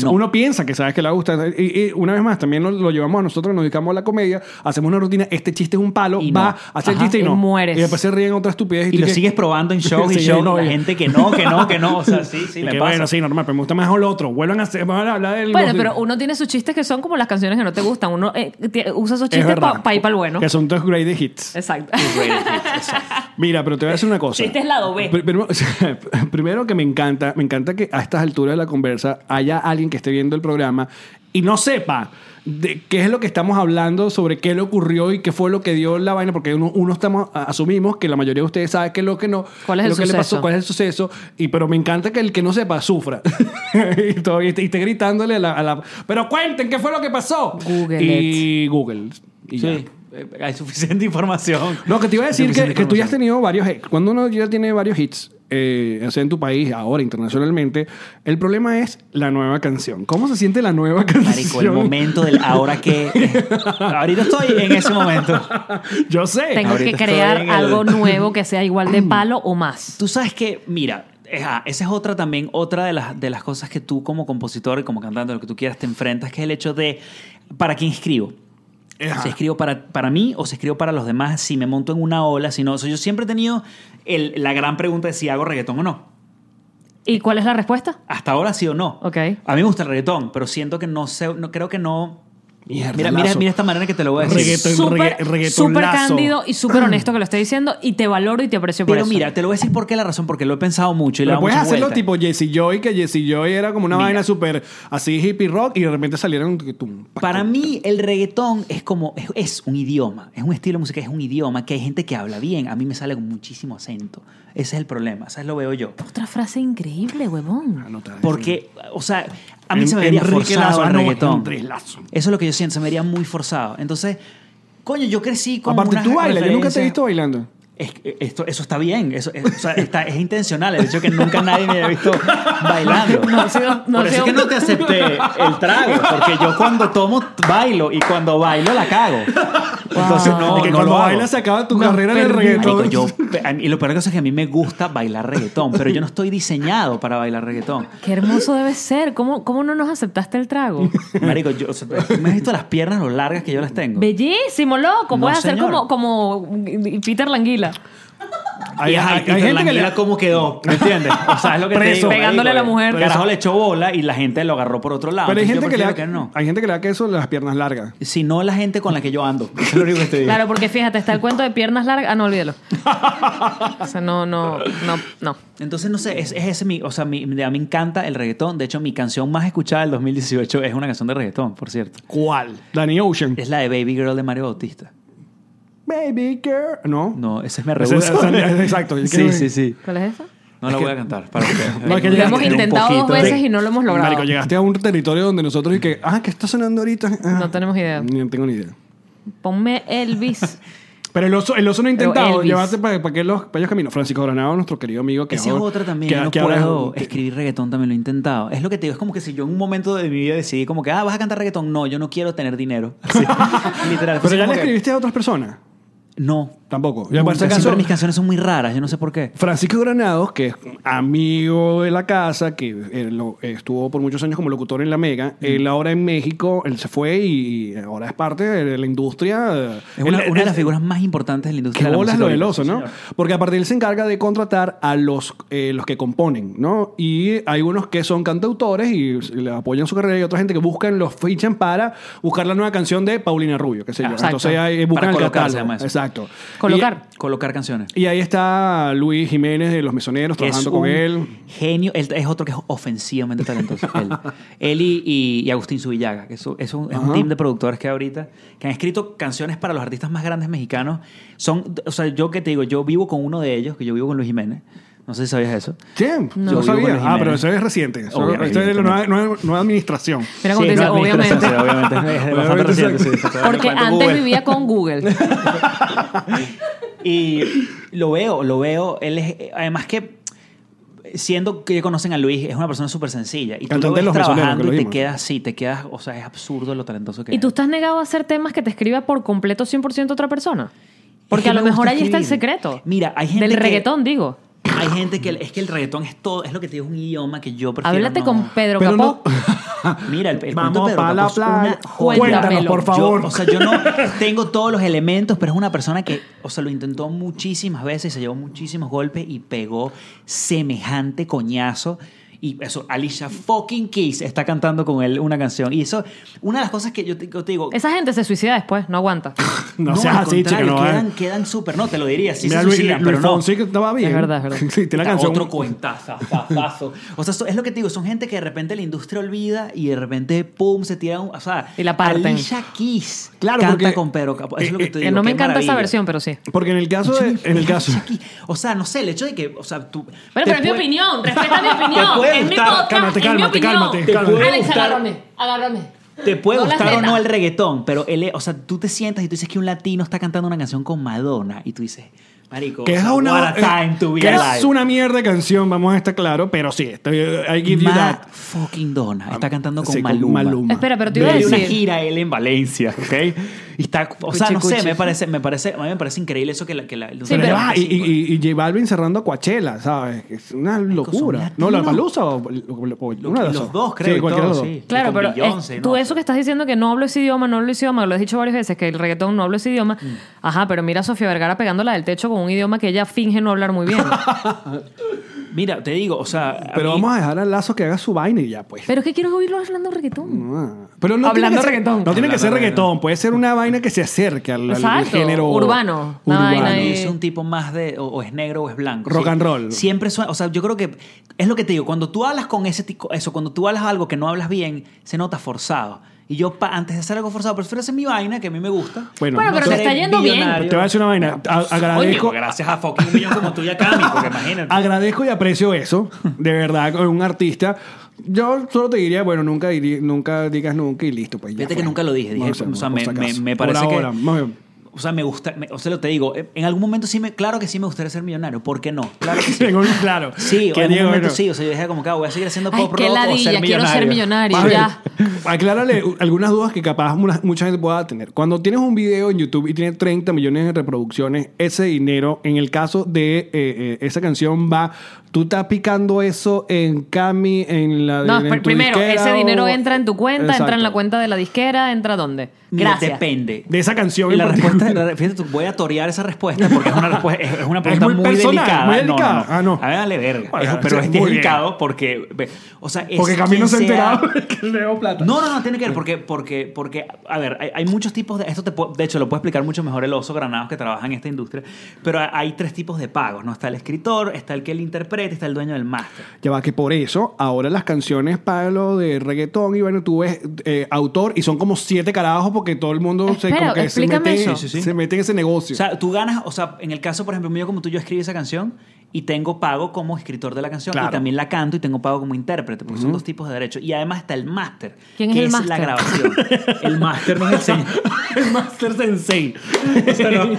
No.
Uno piensa que sabes que le va a gustar. Y, y una vez más, también lo, lo llevamos a nosotros, nos dedicamos a la comedia, hacemos una rutina, este chiste es un palo,
Y
va
no.
a hacer el
Ajá,
chiste y
y
no.
mueres.
Y después se ríen otras estupidez.
Y
tú
lo
que-
sigues probando en shows y
Sí,
shows,
no,
la
y-
gente que no, que no, que no, o sea, sí, sí,
y
me
que,
pasa.
Bueno, sí, normal, pero me gusta más el otro. Vuelvan a, hacer- van a hablar del.
Bueno,
los-
pero uno tiene sus chistes que son como las canciones que no te gustan. Uno eh, tie- usa esos
Es
chistes
verdad.
para ir para el bueno.
Que son dos greatest hits.
Exacto.
Mira, pero te voy a decir una cosa.
Este es lado B.
Pri- Primero, primero que me encanta, me encanta que a estas alturas de la conversa haya alguien que esté viendo el programa y no sepa de qué es lo que estamos hablando, sobre qué le ocurrió y qué fue lo que dio la vaina, porque uno, uno estamos, a- asumimos que la mayoría de ustedes sabe qué es lo que no,
¿Cuál es
lo
el
que le pasó,
suceso?
cuál es el suceso, y, pero me encanta que el que no sepa sufra y, todo, y, esté- y esté gritándole a la, a la- Pero cuenten, ¿qué fue lo que pasó?
Google
y Google. Y
Sí.
ya.
eh, hay suficiente información.
No, que te iba a decir que,
Suficiente
que tú ya has
información.
tenido varios hits. Cuando uno ya tiene varios hits, eh, ya sea en tu país, ahora internacionalmente, el problema es la nueva canción. ¿Cómo se siente la nueva canción?
Marico, el momento del ahora que. eh, Ahorita estoy en ese momento.
Yo sé.
Tengo que
Ahorita estoy
crear
en el-
algo nuevo que sea igual de palo o más.
Tú sabes que, mira, esa esa es otra también, otra de las, de las cosas que tú como compositor y como cantante, lo que tú quieras, te enfrentas, que es el hecho de para quién escribo.
Ajá.
Si escribo para, para mí o si escribo para los demás, si me monto en una ola, si no. O sea, yo siempre he tenido el- la gran pregunta de si hago reggaetón o no.
¿Y cuál es la respuesta?
Hasta ahora sí o no.
Ok.
A mí me gusta el reggaetón, pero siento que no sé, no creo que no.
Mierda,
mira, mira,
lazo.
mira esta manera que te lo voy a decir.
Reggaetón,
súper
regga- reggaetón
súper
lazo.
cándido y súper honesto que lo estoy diciendo y te valoro y te aprecio por
Pero
eso.
mira, te lo voy a decir por qué la razón, porque lo he pensado mucho y le
Pero
he dado
puedes
muchas
hacerlo
vueltas.
tipo Jesse Joy, que Jesse Joy era como una
Mira.
vaina súper así hippie rock y de repente salieron. tum, pa,
Para
tum.
mí el reggaetón es como, es, es un idioma, es un estilo de música, es un idioma que hay gente que habla bien, a mí me sale con muchísimo acento. Ese es el problema, ¿sabes? Lo veo yo.
Otra frase increíble, huevón.
Anotar.
Porque, o sea, a mí
En-
se me vería
Enrique
forzado
Lazo, ah,
el
no,
reggaetón.
Andrés Lazo.
Eso es lo que yo siento, se me vería muy forzado. Entonces, coño, yo crecí con
Aparte,
unas
tú bailas. Yo nunca te he
referencias-
visto bailando.
Es- esto, eso está bien, eso, es, o sea, está- es intencional. El hecho que nunca nadie me había visto bailando.
No ha sido- no ha
Por eso
sido-
es que no te acepté el trago, porque yo cuando tomo bailo y cuando bailo la cago. Entonces
Wow.
no,
Es que
no
cuando
lo hago.
bailas se acaba tu
No,
carrera en el
perdí.
reggaetón.
Marico, yo, a mí- y lo peor de la cosa es que a mí me gusta bailar reggaetón, pero yo no estoy diseñado para bailar reggaetón.
Qué hermoso debe ser. ¿Cómo, cómo no nos aceptaste el trago?
Marico, yo, o sea, ¿tú me has visto las piernas lo largas que yo las tengo.
Bellísimo, loco.
No,
Puedes hacer
señor.
como, como Peter Languila.
Hay, hay, gente que
le-
cómo quedó, ¿me entiendes? O sea, es lo que te
Preso.
digo,
Pegándole
marico,
a la mujer.
El carajo le echó bola y la gente lo agarró por otro lado.
Pero hay
Entonces,
gente
yo
que le da,
prefiero no.
hay gente que le da queso a las piernas largas.
Si no la gente con la que yo ando. Es lo único que te digo.
Claro, porque fíjate, está el cuento de piernas largas. Ah, no, olvídalo. O sea, no, no, no, no.
Entonces, no sé, es, es ese mi... O sea, mi- a mí me encanta el reggaetón. De hecho, mi canción más escuchada del 2018 es una canción de reggaetón, por cierto.
¿Cuál? Danny Ocean.
Es la de Baby Girl de Mario Bautista.
Baby girl. No.
No, esa es me
Esa-
rehuso.
esa- esa- exacto. Es que-
Sí, sí, sí.
¿Cuál es esa?
No la voy a cantar para ustedes.
No, es que
Voy a
Lo hemos
tener un
intentado dos
poquito de-
veces y no lo hemos logrado.
Marico, llegaste a un territorio donde nosotros y que, ah, ¿qué está sonando ahorita? Ah,
No tenemos idea.
No tengo ni idea.
Ponme Elvis.
Pero el oso, el oso no ha
Pero
intentado
Elvis.
llevarte para, para, que los, para ellos caminos. Francisco Granado, nuestro querido amigo que
Esa es
ahora-
otra también.
que-
yo no
que ahora-
puedo
que-
escribir reggaetón, también lo he intentado. Es lo que te digo, es como que si yo en un momento de mi vida decidí como que, ah, vas a cantar reggaetón. No, yo no quiero tener dinero. Así, literal.
Pero
Fue
ya le
como que,
escribiste a otras personas.
No.
Tampoco. Ya,
Nunca.
por si acaso-
Siempre mis canciones son muy raras, yo no sé por qué.
Francisco Granados, que es amigo de la casa, que eh, lo- estuvo por muchos años como locutor en La Mega,
Mm.
él ahora en México, él se fue y ahora es parte de la industria. eh,
Es una,
Él-
una de
él-
las figuras más importantes de la industria.
que
de la
bolas
música
lo del
ahorita.
oso, ¿no?
Sí, señor.
Porque aparte él se encarga de contratar a los, eh, los que componen, ¿no? Y hay unos que son cantautores y le apoyan su carrera y otra gente que buscan, los fichan para buscar la nueva canción de Paulina Rubio, qué sé yo.
Exacto.
Entonces ahí
Para
buscan el
colocar, se
catálogo.
llama eso.
Exacto.
Colocar.
Colocar canciones.
Y, y ahí está Luis Jiménez de Los Mesoneros
Que
trabajando con
un
él.
Genio. Él es otro que es ofensivamente talentoso. él Él y, y- y Agustín Subillaga, que eso- es un, es un
Ajá.
team de productores que hay ahorita, que han escrito canciones para los artistas más grandes mexicanos. Son, o sea, yo que te digo, yo vivo con uno de ellos, que yo vivo con Luis Jiménez. No sé si sabías eso.
Sí, no,
Yo vivo con
sabía.
los
Ah, pero
Jiménez.
eso es reciente. Eso-
Obviamente,
Esto es la nueva, nueva- nueva administración.
Mira cómo
Sí,
te dice,
no,
obviamente.
administración, sí, obviamente. Es bastante
Obviamente,
reciente,
sí.
sí, se está dando
Porque
cuenta
antes
Google.
vivía con Google.
Y lo veo, lo veo. Él es, eh, además que siendo que conocen a Luis, es una persona súper sencilla. Y tú
Cantante
lo
de Los
ves
Mesoneros,
trabajando
que lo
y te
vimos.
quedas así, te quedas, o sea, es absurdo lo talentoso que
¿Y tú
es.
estás negado a hacer temas que te escriba por completo 100% otra persona?
Es
Porque
que
a lo
me
mejor
gusta
ahí está el
escribir.
secreto.
Mira, hay gente
Del
que-
reggaetón, digo.
Hay gente que es que el reggaetón es todo, es lo que te digo, es un idioma que yo prefiero.
Háblate
no.
con Pedro
Pero
Capó.
Mira, el, el
Vamos
cuento de Pedro
pa' la
Capó es una
playa.
joya.
Cuéntanos, por
Yo-
favor.
o sea, yo no tengo todos los elementos, pero es una persona que, o sea, lo intentó muchísimas veces, se llevó muchísimos golpes y pegó semejante coñazo. Y eso, Alicia fucking Keys está cantando con él una canción. Y eso, una de las cosas que yo te, yo te digo...
Esa gente se suicida después, no aguanta.
No,
al
seas así, chica,
contrario,
no
quedan,
vale.
quedan súper... No, te lo diría, sí
Mira,
se
Luis,
suicidan,
Luis
pero no.
Fonsi que estaba bien.
Es verdad, es verdad.
Sí, tiene la
Puta,
canción.
Otro cuentazo. o sea, eso es lo que te digo. Son gente que de repente la industria olvida y de repente, pum, se tira un. O sea,
Y la parten.
Alicia Keys
Claro,
canta
porque-
con Pedro Capó. Eso es lo que te
Que
digo.
no me
qué
encanta esa
maravilla.
versión, pero sí.
Porque en el caso de. En el caso.
Alicia Keys. O sea, no sé, el hecho de que. O sea, tú.
Bueno, pero
te
es mi
puede-
opinión, respeta mi opinión.
puede
Es mi
gustar,
podcast,
cálmate,
es mi
cálmate,
opinión.
cálmate, cálmate.
Alex,
gustar.
agárrame, agárrame.
Te puede
No las
gustar o
letras.
no el reggaetón, pero él, es- o sea, tú te sientas y tú dices que un latino está cantando una canción con Madonna y tú dices, marico,
Que
o
es
sea,
una,
what a time
eh,
to be
que
alive.
es una mierda de canción, vamos a estar claro, pero sí, estoy- eh, I give you
Ma-
that.
fucking Donna está cantando con
Sí,
Maluma.
Espera, pero te iba a
Le dio una
decir.
gira a él en Valencia, ¿ok? Y está, o sea,
Cuchi,
no sé,
cuchi.
me parece, me parece, a mí me parece increíble eso que la, que la, Ah,
Sí,
Pero
pero-
ya va, y, y, y- y J Balvin cerrando a Coachella, ¿sabes? Es una locura.
son
No, la
latinos.
palusa o, o- o-
Lo-
una de
los
esas.
dos, creo,
Sí,
y
cualquiera de
todo,
los dos.
sí.
Claro,
con
pero
Beyoncé,
es-
¿no?
tú eso que estás diciendo que no hablo ese idioma, no hablo ese idioma, lo has dicho varias veces, que el reggaetón no hablo ese idioma.
Mm.
Ajá, pero mira a Sofía Vergara pegándola del techo con un idioma que ella finge no hablar muy bien.
Mira, te digo, o sea, a
Pero
mí-
vamos a dejar al lazo que haga su vaina y ya, pues.
pero es que quiero oírlo hablando reggaetón.
Ah. Pero no tiene
Hablando
que ser,
reggaetón.
No tiene que
Hablando
ser
reggaetón.
reggaetón, puede ser una vaina que se acerque al, al
Exacto,
género
urbano, una vaina
Bueno,
ahí.
es un tipo más de o, o es negro o es blanco.
Rock and roll.
Siempre suena, o sea, yo creo que es lo que te digo, cuando tú hablas con ese tipo, eso, cuando tú hablas algo que no hablas bien, se nota forzado. Y yo pa- antes de hacer algo forzado, prefiero hacer mi vaina que a mí me gusta.
Bueno,
Bueno, pero
no
te
sé,
está yendo bien.
billonario.
te voy a decir una vaina. A- agradezco,
Coño, gracias a fucking un millón como tú y a Cami, porque imagínate.
Agradezco y aprecio eso, de verdad, con un artista. Yo solo te diría, bueno, nunca, diri- nunca digas nunca y listo. Pues, ya
Fíjate
fue.
que nunca lo dije, dije,
No sé,
o sea,
por
me,
si
me-
acaso.
me parece
Por
que...
ahora, más bien.
O sea, me gusta, me- o sea, lo te digo, eh, en algún momento sí me, claro que sí me gustaría ser millonario, ¿por qué no? Claro que sí.
Tengo un- claro.
Sí, o
Que
en algún
Diego,
momento
bueno,
sí, o sea, yo dije como que ah, voy a seguir haciendo
Ay,
pop
qué
rock o ser
ladilla, quiero ser millonario,
Más bien,
ya.
Aclárale algunas dudas que capaz una- mucha gente pueda tener. Cuando tienes un video en YouTube y tiene 30 millones de reproducciones, ese dinero, en el caso de eh, eh, esa canción, va. ¿Tú estás picando eso en Cami, en la de-
No,
en
pr-
tu
primero,
disquera
ese
o-
dinero entra en tu cuenta, entra en la
Exacto.
cuenta de la disquera, entra dónde.
Mira,
Gracias.
depende.
De esa canción
Y
en
la
particular.
respuesta, la- fíjate, tú, voy a torear esa respuesta porque es una, respu- es- es una
Es
pregunta
muy
muy,
personal,
delicada.
muy
No, no,
delicada.
no.
Ah, no.
A ver, dale verga.
Bueno,
Es- pero
sí,
es
muy
delicado porque. ve, O sea, es
Porque Camilo
quien
se ha
sea-
enterado de que leo plata.
No, no, no, tiene que ver porque, porque, porque a ver, hay, hay muchos tipos de... Esto te puedo- de hecho, lo puede explicar mucho mejor el oso granados que trabaja en esta industria, pero hay- hay tres tipos de pagos, ¿no? Está el escritor, está el que le interpreta, está el dueño del máster.
Ya va, que por eso ahora las canciones para lo de reggaetón y bueno, tú ves eh, autor y son como siete carajos porque todo el mundo se,
Espera,
como que se,
explícame
mete,
eso.
Sí, sí, sí.
se mete en ese negocio.
O sea, tú ganas, o sea, en el caso, por ejemplo, mío como tú, yo escribí esa canción y tengo pago como escritor de la canción
Claro.
y también la canto y tengo pago como intérprete, porque son dos tipos de derechos. Y además está el máster,
¿Quién es
que
el
es,
máster?
la grabación. el máster no es el señor. el máster sensei. O sea, no.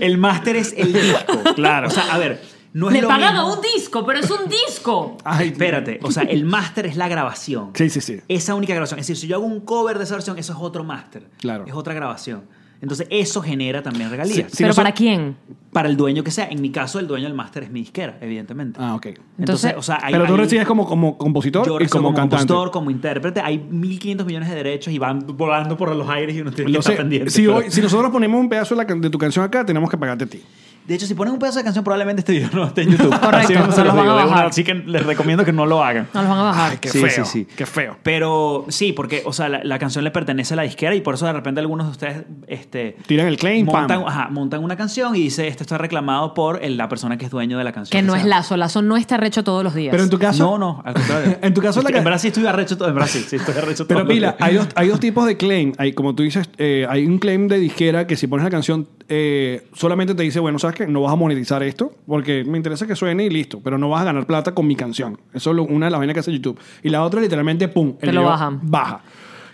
El máster es el disco. Claro. O sea, a ver, no es
Le
lo
pagan a
mismo-
un disco, pero es un disco.
Ay,
Espérate, o sea, el máster es la grabación.
Sí, sí, sí.
Esa única grabación. Es decir, si yo hago un cover de esa versión, eso es otro máster.
Claro.
Es otra grabación. Entonces, eso genera también regalías.
Sí, Si
pero
no son-
¿para quién?
Para el dueño que sea. En mi caso, el dueño del máster es mi disquera, evidentemente.
Ah, ok.
Entonces,
Entonces,
o sea, hay-
Pero tú
hay-
recibes como, como
yo
compositor y
recibo
como, cantante.
compositor, como intérprete. Hay 1.500 millones de derechos y van volando por los aires y uno tiene que
Lo
estar
sé,
pendiente.
si,
pero-
hoy- si nosotros ponemos un pedazo de, la can- de tu canción acá, tenemos que pagarte a ti.
De hecho, si ponen un pedazo de canción, probablemente este video no esté en YouTube.
Correcto,
Así,
no
se
lo
los
van a
digo de una,
bajar. Ah.
Así que les recomiendo que no lo hagan.
No los van a bajar.
Qué
Sí,
feo.
sí, sí.
Qué feo.
Pero sí, porque, o sea, la, la canción le pertenece a la disquera y por eso de repente algunos de ustedes este,
Tiran el claim, pam.
montan, ajá, montan una canción y dice, esto está reclamado por el- la persona que es dueño de la canción.
que no
O
es
sea,
Lazo, Lazo no está recho todos los días.
Ah, Pero en tu caso.
No, no, al contrario.
En tu caso, la
Estoy-
ca-
En Brasil estoy arrecho todo. En Brasil, sí, estoy arrecho
Pero
todo el
mira,
día.
hay dos, hay dos tipos de claim. Hay, como tú dices, eh, hay un claim de disquera que si pones la canción eh, solamente te dice, bueno, ¿sabes qué? No vas a monetizar esto porque me interesa que suene y listo, pero no vas a ganar plata con mi canción. Eso es lo- una de las vainas que hace YouTube. Y la otra, literalmente, pum,
Te lo
video
bajan.
Baja.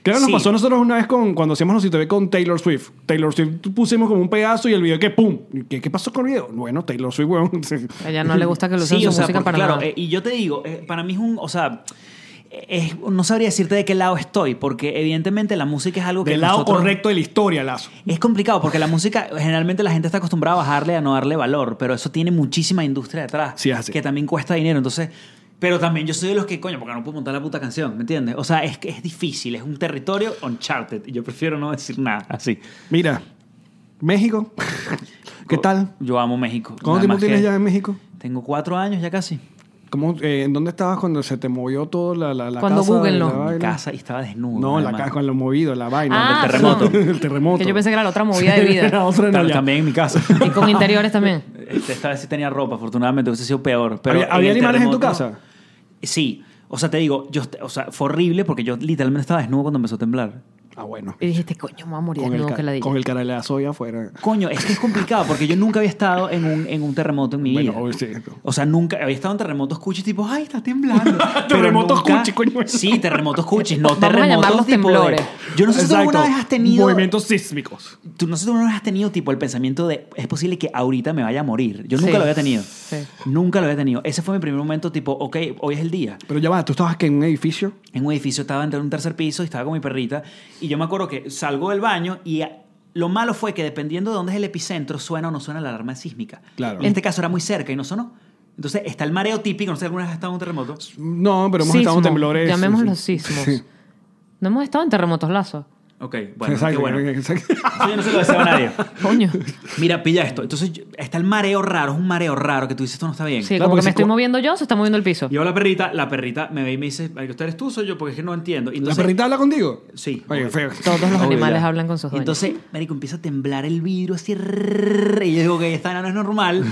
Claro, nos
Sí.
pasó a nosotros una vez con, cuando hacíamos los ve con Taylor Swift. Taylor Swift pusimos como un pedazo y el video que ¡pum! ¿Qué, qué pasó con el video? Bueno, Taylor Swift, weón.
A ella no le gusta que lo usen
Sí,
su
o sea,
música
porque,
para
claro,
nada.
eh, y yo te digo, eh, para mí es un, o sea, es- no sabría decirte de qué lado estoy, porque evidentemente la música es algo que
Del lado
nosotros-
correcto de la historia, Lazo.
Es complicado porque la música, generalmente la gente está acostumbrada a bajarle, a no darle valor, pero eso tiene muchísima industria detrás.
Sí, así.
Que también cuesta dinero. Entonces, pero también yo soy de los que, coño, porque no puedo montar la puta canción, ¿me entiendes? O sea, es que es difícil, es un territorio uncharted. Y yo prefiero no decir nada así.
Mira, México. ¿Qué tal?
Yo amo México.
¿Cuánto
Nada
tiempo
más
tienes
que-
ya en México?
Tengo cuatro años ya casi.
¿Cómo, eh, ¿En dónde estabas cuando se te movió todo la, la, la
Cuando
casa?
Google
la
no.
En
vaina?
casa y estaba desnudo.
No, la
además.
casa, cuando lo movido, la vaina.
Ah,
el
perdón.
terremoto. el terremoto.
Que yo pensé que era la otra movida de
Era
vida.
otra no,
Tal-
ya.
También en mi casa.
y con interiores también.
Este, Esta vez sí tenía ropa, afortunadamente hubiese sido peor. Pero
¿Había-
en
había
el
animales en tu
terremoto-
casa?
Sí. O sea, te digo, yo, est- o sea, fue horrible porque yo literalmente estaba desnudo cuando empezó a temblar.
Ah, bueno.
Y dijiste, coño, me voy a morir.
Con el,
no,
ca-
que la
con el caralazo allá afuera.
Coño, es que es complicado porque yo nunca había estado en un, en un terremoto en mi
Bueno,
vida.
obvio, sí.
O sea, nunca había estado en terremotos cuchis tipo, ay, está temblando. Pero
Terremotos
nunca-
cuchis, coño.
Sí, terremotos cuchis, no
Vamos a
terremotos
llamarlos
tipo de-
temblores.
Yo no sé si tú alguna
Exacto.
vez has tenido
Movimientos sísmicos.
tú no sé tú no has tenido tipo el pensamiento de es posible que ahorita me vaya a morir. Yo nunca
Sí.
lo había tenido.
Sí.
Nunca lo había tenido. Ese fue mi primer momento tipo, ok, hoy es el día.
Pero ya va, tú estabas que en un edificio.
En un edificio estaba en un tercer piso y estaba con mi perrita y yo me acuerdo que salgo del baño y a- lo malo fue que dependiendo de dónde es el epicentro suena o no suena la alarma sísmica.
Claro.
En este caso era muy cerca y no sonó. Entonces está el mareo típico, no sé si alguna vez has estado en un terremoto.
No, pero hemos
Sismo.
estado en temblores.
Llamémoslo
Sí.
sismos.
Sí.
No hemos estado en terremotos, Lazo.
Ok, bueno, qué
Exacto,
bueno.
exacto.
Eso yo no se lo deseo a nadie.
Coño.
Mira, pilla esto. Entonces yo- está el mareo raro, es un mareo raro que tú dices, esto no está bien.
Sí,
Claro,
como
porque
que
si
me estoy
co-
moviendo yo, se está moviendo el piso.
Llevo la perrita, la perrita me ve y me dice, "Marico, ¿usted eres tú o soy yo? Porque es que no entiendo. Y
¿La
entonces-
perrita habla contigo?
Sí.
Oye, feo.
Todos los
Obvio,
animales
ya.
hablan con sus
Y
dueños.
Entonces, marico, empieza a temblar el vidrio así. rrrr, Y yo digo que esta no es normal.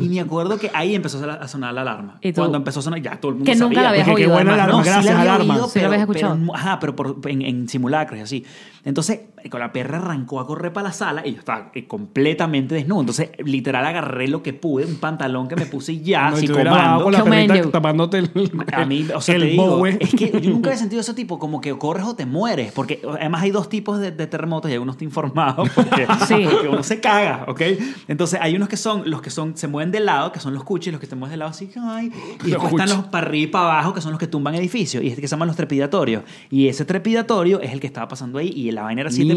Y me acuerdo que ahí empezó a sonar- a sonar la alarma.
¿Y tú?
Cuando empezó a sonar, ya todo el mundo
Que nunca
sabía,
la habías
porque-
Qué
oído,
buena
además,
alarma,
¿no?
sí la
gracias,
había
alarma.
oído,
Sí la
pero-
habías escuchado.
pero en- ajá, pero por- en, en simulacros y así. Entonces, con la perra arrancó a correr para la sala y yo estaba eh, completamente desnudo. Entonces, literal, agarré lo que pude, un pantalón que me puse y ya,
No, y
así
te hubiera bajado
Ah, comando.
con la
Comando.
perrita tapándote el,
A mí, o sea,
el ¿eh?
te digo,
bowie.
es que yo nunca había sentido ese tipo, como que corres o te mueres, porque además hay dos tipos de, de terremotos y algunos está informado porque,
Sí.
porque uno se caga, ¿ok? Entonces hay unos que son los que son se mueven de lado, que son los cuchis, los que se mueven de lado así, ay, y
Los
después están
cuchis.
los para arriba y para abajo, que son los que tumban edificios, y este que se llaman los trepidatorios, y ese trepidatorio es el que estaba pasando ahí, y la vaina era 7 puntos.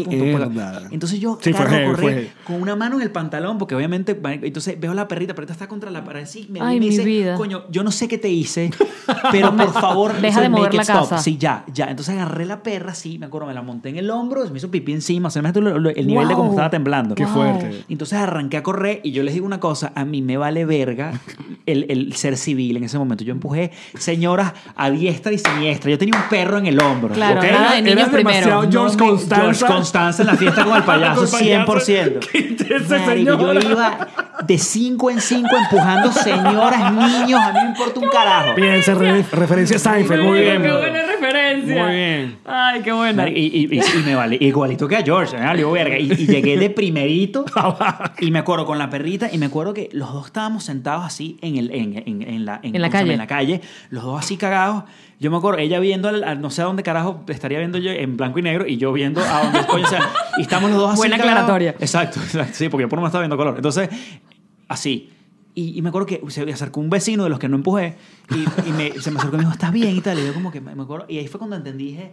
Mierda.
Entonces yo
Sí, fue
cargo a
heavy, fue
correr
heavy.
con una mano en el pantalón, porque obviamente, marico, entonces veo a la perrita, la perrita está contra la pared, así, me,
Ay,
me
mi
dice,
vida.
"Coño, yo, yo no sé qué te hice, pero por favor,
Deja
so
de mover
make it
la
stop.
casa.
Sí, ya, ya. Entonces agarré la perra, sí, me acuerdo, me la monté en el hombro, se me hizo pipí encima, o sea, imagínate lo- lo- el nivel de cómo
Wow.
estaba temblando.
Qué
Wow.
fuerte.
Entonces arranqué a correr y yo les digo una cosa, a mí me vale verga el, el ser civil en ese momento. Yo empujé señoras a diestra y siniestra. Yo tenía un perro en el hombro.
Claro,
¿ok?
nada de niños
Eras demasiado
primero.
No
George
me-
Constanza.
George Constanza en la fiesta con el payaso,
Con el payaso.
100%.
Quite ese
Marico,
señor.
Yo iba de 5 en 5 empujando señoras, niños, a mí me importa un carajo.
Bien, se re- referencia a Seinfeld. Muy bien.
referencia.
Muy bien.
Ay, qué buena.
Marico, Y, y- y- y me vale, igualito que a George, me valió verga. Y, y llegué de primerito y me acuerdo con la perrita y me acuerdo que los dos estábamos sentados así en, el, en, en- en la,
En la
¿cómo se llama?
calle.
en la calle, los dos así cagados. Yo me acuerdo, ella viendo, al, al- no sé a dónde carajo estaría viendo yo en blanco y negro y yo viendo a dónde coño, o sea, y estamos los dos así.
Buena
cagados.
aclaratoria.
Exacto, exacto, sí, porque yo por lo menos estaba viendo color. Entonces, así. Y, y me acuerdo que se acercó un vecino de los que no empujé y, y me- se me acercó y me dijo, ¿estás bien? Y tal. Y yo como que me me acuerdo. Y ahí fue cuando entendí, dije,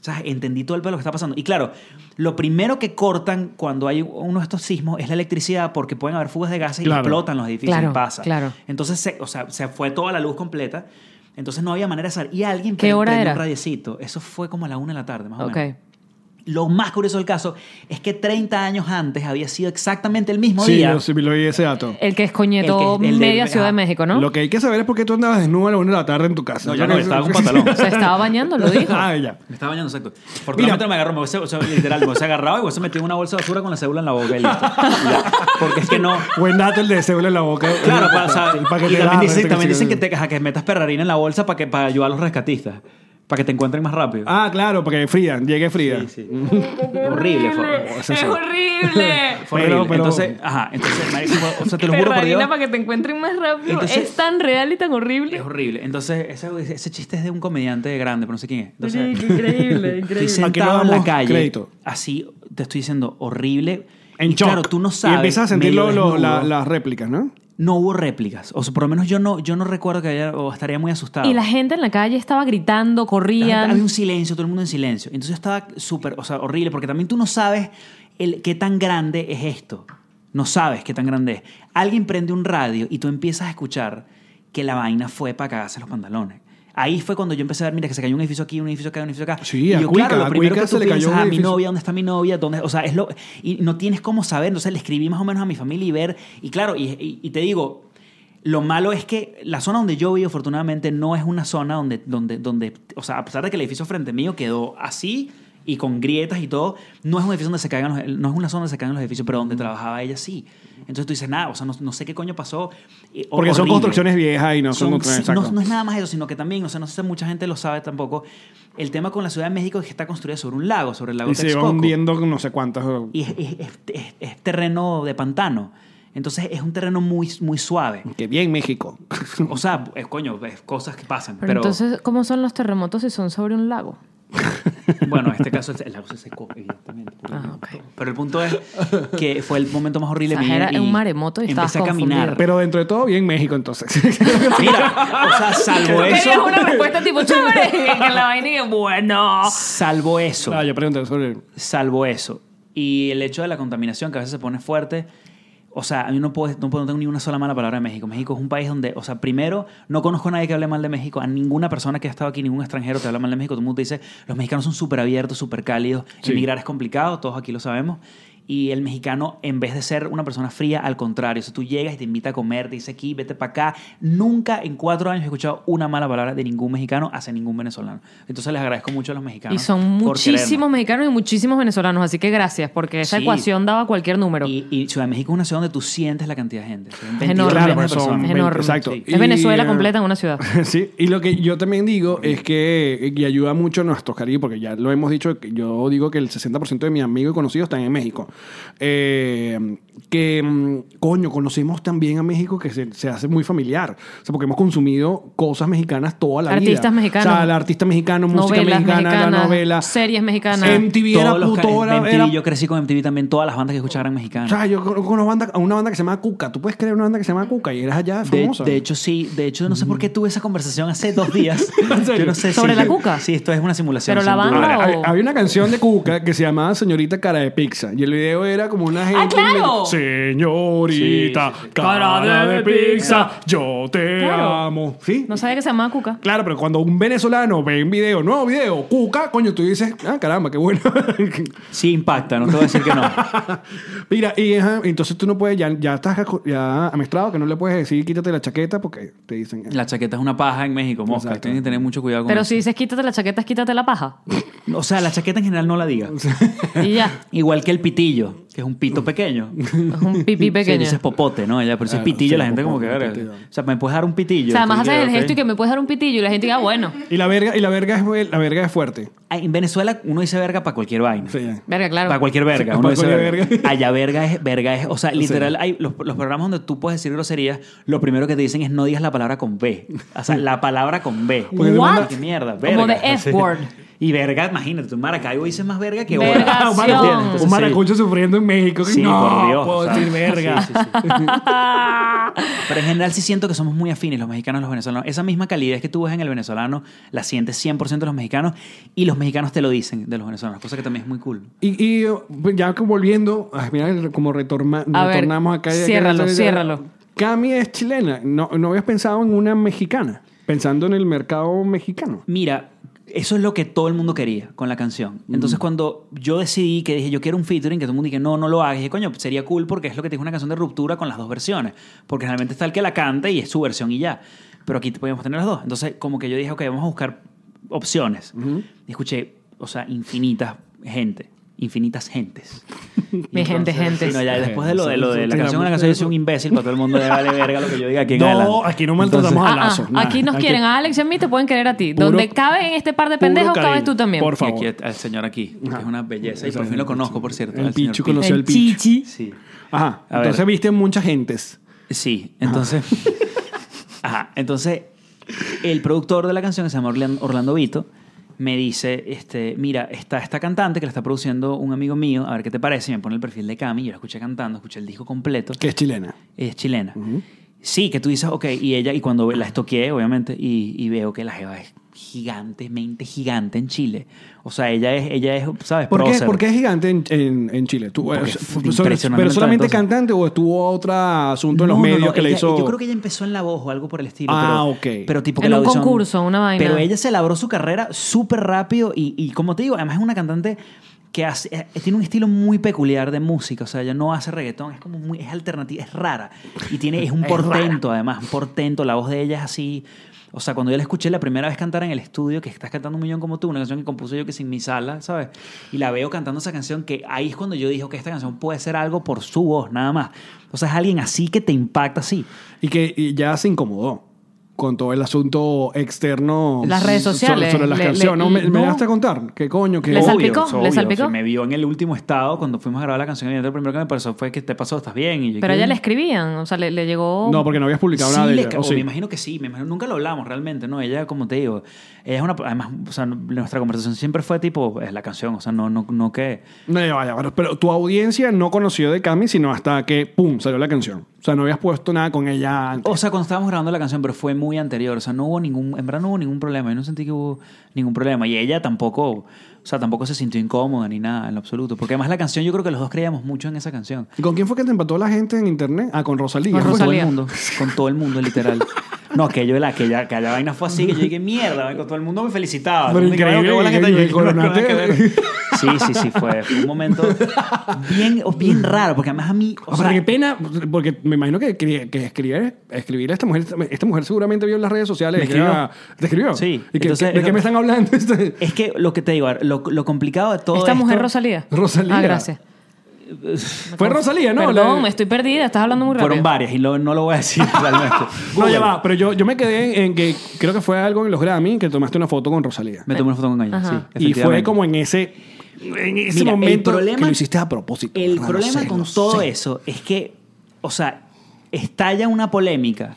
o sea, entendí todo el pelo que está pasando. Y claro, lo primero que cortan cuando hay uno de estos sismos es la electricidad porque pueden haber fugas de gases
Claro.
y explotan los edificios.
Claro,
y pasa.
claro.
Entonces, se, o sea, se fue toda la luz completa. Entonces no había manera de salir. Y alguien
¿Qué
pre-
hora
prendió
era?
un radiecito. Eso fue como a la una de la tarde, más o
Ok.
menos. Lo más curioso del caso es que 30 años antes había sido exactamente el mismo
Sí,
día.
yo sí lo oí ese dato.
El que escoñetó
El que- el de-
media Ciudad
ah,
de México, ¿no?
Lo que hay que saber es por qué tú andabas desnudo a la una de la tarde en tu casa.
No, yo no, estaba con pantalón.
Se estaba bañando, lo dijo.
Ah, ya.
Me estaba bañando, exacto. Afortunadamente no me agarró, me hubiese, o sea, literal, me hubiese agarrado y me hubiese metido en una bolsa de basura con la cédula en la boca y listo. Y ya. Porque es que no...
Buen dato el de cédula en la boca.
Claro, pa- o sea,
Pa' que
y
te
también,
agarres,
dicen, también dicen que,
sigan-
te, ajá, que metas perrarina en la bolsa para que para ayudar a los rescatistas, para que te encuentren más rápido.
Ah, claro, porque Frida, llegue Frida.
Sí, sí. horrible. Fue,
Sí, sí.
horrible.
fue
Pero-
horrible.
pero-
entonces, ajá, entonces, marico, fue- o sea, te lo juro por Dios.
que te encuentren más rápido.
Entonces- Es
tan real y tan
Es
horrible.
horrible. Entonces, ese, ese chiste es de un comediante grande, pero no sé quién es. Entonces,
Increíble,
Estoy
Aquí no
sentado en la
damos
calle.
crédito.
Así, te estoy diciendo, horrible.
En
y
shock.
claro, tú no sabes.
Y empiezas a sentir
medio
lo- lo- la-
desnudo.
las réplicas, ¿no?
No hubo réplicas. O sea, por lo menos yo no, yo no recuerdo que haya, o estaría muy asustado.
Y la gente en la calle estaba gritando,
La gente- Había
corrían.
un silencio, todo el mundo en silencio. Entonces yo estaba súper, o sea, horrible, porque también tú no sabes el, qué tan grande es esto. No sabes qué tan grande es. Alguien prende un radio y tú empiezas a escuchar que la vaina fue para cagarse los pantalones. Ahí fue cuando yo empecé a ver, mira, que se cayó un edificio aquí, un edificio acá, un edificio acá.
Sí,
y
a
yo,
Cuica,
claro,
a
lo primero
Cuica
que tú
se le cayó
piensas,
un
"Ah, mi
edificio".
y con grietas y todo, no es un edificio donde se caigan los, no es una zona donde se caigan los edificios, pero donde trabajaba ella sí. Entonces tú dices, nada, o sea, no, no sé qué coño pasó. Y-
Porque son
horrible.
construcciones viejas y no son,
Son-
construcciones.
no,
exacto.
no es nada más eso, sino que también, o sea, no sé si mucha gente lo sabe tampoco, el tema con la Ciudad de México es que está construida sobre un lago, sobre el lago
y se va
Texcoco.
hundiendo no sé cuántas. eh,
Y es, es- es- es- es terreno de pantano. Entonces es un terreno muy, muy suave.
Que bien México.
O sea, es, coño, es cosas que pasan.
Pero,
Pero,
entonces, ¿cómo son los terremotos si son sobre un lago?
bueno, en este caso el, el lago se secó, evidentemente.
Ah, ok.
Pero el punto es que fue el momento más horrible de mi
Exagera,
vida.
es un maremoto y
empecé a
estabas
caminar.
Pero dentro de todo, bien México, entonces.
Mira, o sea, salvo
Querías
eso.
una respuesta tipo chévere en la vaina y que, bueno.
Salvo eso.
no, yo pregunté sobre.
salvo eso. Y el hecho de la contaminación, que a veces se pone fuerte. O sea, a mí no puedo, no puedo- no tengo ni una sola mala palabra de México. México es un país donde, o sea, primero, no conozco a nadie que hable mal de México. A ninguna persona que ha estado aquí, ningún extranjero te habla mal de México. Todo el mundo te dice, los mexicanos son súper abiertos, súper cálidos.
Sí.
Emigrar es complicado, todos aquí lo sabemos. Y el mexicano, en vez de ser una persona fría, al contrario. O sea, tú llegas y te invita a comer, te dice aquí, vete para acá. Nunca en cuatro años he escuchado una mala palabra de ningún mexicano hacia ningún venezolano. Entonces les agradezco mucho a los mexicanos.
Y son
por querernos.
muchísimos mexicanos y muchísimos venezolanos, así que gracias, porque esa
Sí.
ecuación daba cualquier número.
Y, y Ciudad de México es una ciudad donde tú sientes la cantidad de gente. Son 22
enorme.
millones de
Claro, pero
son
personas.
Es enorme.
exacto.
Es Venezuela
eh,
completa en una ciudad.
Sí, y lo que yo también digo es que y ayuda mucho a nuestros caribe, porque ya lo hemos dicho, que yo digo que el 60% de mis amigos y conocidos están en México. Eh, que, mm, coño, conocemos también a México que se, se hace muy familiar, o sea, porque hemos consumido cosas mexicanas toda la vida.
Artistas mexicanos.
O sea, el artista mexicano, música
Novelas
mexicana, la
mexicanas,
novela.
series mexicanas.
MTV era
Todos los ca-
puto, era-
MTV,
era
Yo crecí con MTV también. Todas las bandas que escuchaba eran
O
mexicanas.
sea, yo conozco una banda, a una banda que se llama Cuca. ¿Tú puedes creer una banda que se llama Cuca? Y eras allá
De,
famosa.
de hecho, sí. De hecho, no sé por qué tuve esa conversación hace dos días. Yo no sé
¿Sobre
si-
la cuca?
Sí, esto es una simulación.
Pero la
sin duda.
banda-
Ahora,
o-
hab- había una canción de Cuca que se llamaba Señorita Cara de Pizza. Y el video era como una gente.
claro!
Señorita
Sí, sí, sí.
Cara de Pizza, yo te
Claro.
amo. ¿Sí?
No sabía que se llamaba Cuca.
Claro, pero cuando un venezolano ve un video, nuevo video, Cuca, coño, tú dices, ah, caramba, qué bueno.
Sí, impacta. No te voy a decir que no.
Mira, y ajá, entonces tú no puedes, ya, ya estás aco- ya amestrado que no le puedes decir quítate la chaqueta porque te dicen.
La chaqueta es una paja en México, mosca.
Exacto.
Tienes que tener mucho cuidado con
Pero
eso.
si dices quítate la chaqueta, es quítate la paja.
O sea, la chaqueta en general no la diga.
Y ya.
Igual que el pitillo, que es un pito pequeño.
Es un pipí
Sí,
pequeño.
dices popote, ¿no? Ella, pero si es
Ah,
pitillo,
sí,
la gente como que...
popote,
"Verga".
pitillo.
O sea, ¿me puedes dar un pitillo?
o sea, además
Sí,
haces el
ok.
gesto y que me puedes dar un pitillo y la gente diga, "Ah, bueno.
Y la verga, y la verga es la verga es fuerte.
Ah, En Venezuela uno dice verga para cualquier vaina.
Sí.
Verga, claro.
Para cualquier verga.
Sí,
uno
pa'
dice
cualquier
verga.
verga.
Allá verga es, verga es. O sea, literal, hay los, los programas donde tú puedes decir groserías, lo primero que te dicen es no digas la palabra con B. O sea, la palabra con B.
Porque te What? mandan-
¿Qué mierda? Verga.
Como de F-word.
Y verga, imagínate, tú en Maracaibo dices más verga que
Vergación.
ahora.
Un maracucho-
Un maracucho sufriendo en México. que
Sí,
no,
por Dios.
puedo
o sea,
decir verga.
sí, sí, sí. Pero en general sí siento que somos muy afines los mexicanos y los venezolanos. Esa misma calidez que tú ves en el venezolano la sientes 100% de los mexicanos y los mexicanos te lo dicen de los venezolanos, cosa que también es muy cool.
Y, y, pues, ya que volviendo, ay, mira como retorma-
A ver,
retornamos acá. ya que-
ciérralo, ciérralo.
Cami es chilena. No, no habías pensado en una mexicana. Pensando en el mercado mexicano.
Mira, eso es lo que todo el mundo quería con la canción. Entonces, cuando yo decidí que dije, yo quiero un featuring, que todo el mundo dije, no, no lo hagas, dije, coño, sería cool porque es lo que te dijo una canción de ruptura con las dos versiones. Porque realmente está el que la canta y es su versión y ya. Pero aquí podíamos tener las dos. Entonces, como que yo dije, ok, vamos a buscar opciones. Y escuché, o sea, infinitas gente. Infinitas gentes.
Mi gente, Ah,
gente.
gentes.
No, ya después de lo de, lo de la canción, la canción, yo soy un imbécil para todo el mundo, de vale verga lo que yo diga aquí en
No,
adelante.
aquí no maltratamos
Entonces,
Ah, ah,
Palazo, nada.
aquí nos
Aquí-
quieren a Alex y a mí te pueden querer a ti.
Puro-
Donde caben este par de
puro
pendejos,
cariño.
cabes tú también.
Por
Y
favor.
aquí está el señor aquí, que es una belleza. Y por
Exacto.
fin lo conozco, por cierto.
El
al señor
Pichu conoció
El
al Pichu.
chichi.
Sí.
Ajá.
A
Entonces
ver.
viste muchas gentes.
Sí, entonces. Ajá, entonces el productor de la canción, que se llama Orlan- Orlando Vito, me dice: este, Mira, está esta cantante que la está produciendo un amigo mío, a ver qué te parece. Y me pone el perfil de Cami, yo la escuché cantando, escuché el disco completo.
Que es chilena.
es chilena. Sí, que tú dices, ok, y ella, y cuando la estoqueé, obviamente, y, y veo que la jeva es gigantemente gigante en Chile. O sea, ella es, ella es ¿sabes?
¿Por qué,
Prócer.
por qué es gigante en, en- en Chile? Tú,
Porque
eh,
es
so-
impresionante,
¿Pero solamente
entonces.
cantante o estuvo otro asunto en los
No, no,
medios
no,
que le
ella-
hizo...?
Yo creo que ella empezó en La Voz o algo por el estilo.
Ah,
pero,
ok.
Pero tipo que
En
la
un
audición-
concurso, una vaina.
Pero ella se labró su carrera súper rápido y, y como te digo, además es una cantante que hace- eh, tiene un estilo muy peculiar de música. O sea, ella no hace reggaetón, es como muy... Es alternativa, es rara. Y tiene, es un portento, además, un portento. La voz de ella es así... O sea, cuando yo la escuché la primera vez cantar en el estudio, que estás cantando un millón como tú, una canción que compuse yo que sin mi sala, ¿sabes? Y la veo cantando esa canción, que ahí es cuando yo dije que esta canción puede ser algo por su voz, nada más. O sea, es alguien así que te impacta así.
Y que y ya se incomodó con todo el asunto externo.
Las redes
so-
sociales.
Sobre, las
Le- le-
canciones. ¿no? ¿Me, me
no.
dejaste contar? ¿Qué coño? ¿Qué
Le
obvio.
salpicó,
es
le salpicó.
Se me vio en el último estado cuando fuimos a grabar la canción. evidente, Lo primero que me pasó fue que te pasó, estás bien. Y yo, "Mm,
Pero
¿qué?
ella le escribían, o sea, le, le llegó...
No, porque no habías publicado
Sí,
nada de
le
ella.
ca-
¿o
o
sí?
Me imagino que sí, me imagino- nunca lo hablamos realmente, ¿no? Ella, como te digo, ella es una... Además, o sea, nuestra conversación siempre fue tipo, es la canción, o sea, no, no, no que...
No, ya va, ya va. Pero tu audiencia no conoció de Cami, sino hasta que, ¡pum!, salió la canción. O sea, no habías puesto nada con ella antes.
O sea, cuando estábamos grabando la canción, pero fue muy anterior, o sea, no hubo ningún, en verdad no hubo ningún problema, yo no sentí que hubo ningún problema, y ella tampoco, o sea, tampoco se sintió incómoda ni nada en lo absoluto, porque además la canción, yo creo que los dos creíamos mucho en esa canción.
¿Y con quién fue que te empató la gente en internet? Ah, con Rosalía.
Con
¿Fue?
Con todo
Rosalía.
el mundo. Con todo el mundo, literal. No, aquello de la aquella, aquella vaina fue así que yo dije, mierda, marico, todo el mundo me felicitaba.
Pero
Todo el mundo,
increíble,
"Qué bola que te-
increíble,
yo- yo-
coronaste".
que ver". Sí, sí, sí, fue, fue un momento bien, bien raro, porque además a mí. o
O sea,
sea,
Ah, qué pena, porque me imagino que, que, que escribir, escribir a esta mujer, esta mujer seguramente vio en las redes sociales.
Me
que
escribió.
era- ¿Te escribió?
Sí,
¿Y que-
entonces-
que- ¿De qué me están hablando?
es que lo que te digo, lo, lo complicado de todo.
Esta mujer
esto-
Rosalía.
Rosalía.
Ah, gracias.
fue Rosalía, ¿no?
Perdón,
La-
estoy perdida, estás hablando muy rápido.
Fueron varias y lo- no lo voy a decir realmente.
No, ya
Google.
va, pero yo, yo me quedé en, en que creo que fue algo en los Grammy que tomaste una foto con Rosalía.
Me tomé una foto con ella,
Ajá.
sí.
Y fue
efectivamente.
como en ese, en ese
Mira, el
momento
problema-
que lo hiciste a propósito.
El
¿verdad? Lo
problema
sé,
con
lo
todo
sé.
eso es que, o sea, estalla una polémica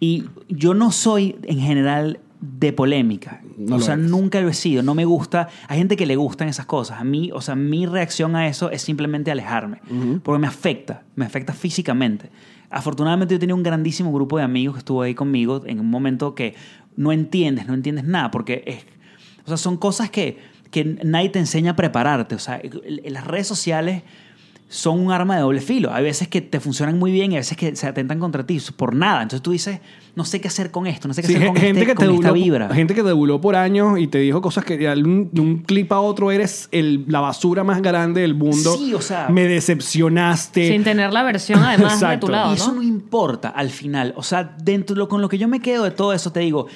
y yo no soy en general de polémica.
No
o
lo
sea,
eres.
nunca lo he sido. No me gusta. Hay gente que le gustan esas cosas. A mí, o sea, mi reacción a eso es simplemente alejarme. Porque me afecta. Me afecta físicamente. Afortunadamente, yo tenía un grandísimo grupo de amigos que estuvo ahí conmigo en un momento que no entiendes, no entiendes nada. Porque es. O sea, son cosas que, que nadie te enseña a prepararte. O sea, el- el- las redes sociales son un arma de doble filo. Hay veces que te funcionan muy bien y hay veces que se atentan contra ti por nada. Entonces tú dices, no sé qué hacer con esto, no sé qué
Sí,
hacer
gen-
con,
gente, que
este-
te
con esta
duró,
vibra.
gente que te duró por años y te dijo cosas que de algún- de un clip a otro eres el, la basura más grande del mundo.
Sí, o sea-
Me decepcionaste.
Sin tener la versión además de
Exacto.
tu lado,
Y
¿no?
eso no importa al final. O sea, dentro de lo, con lo que yo me quedo de todo eso, te digo,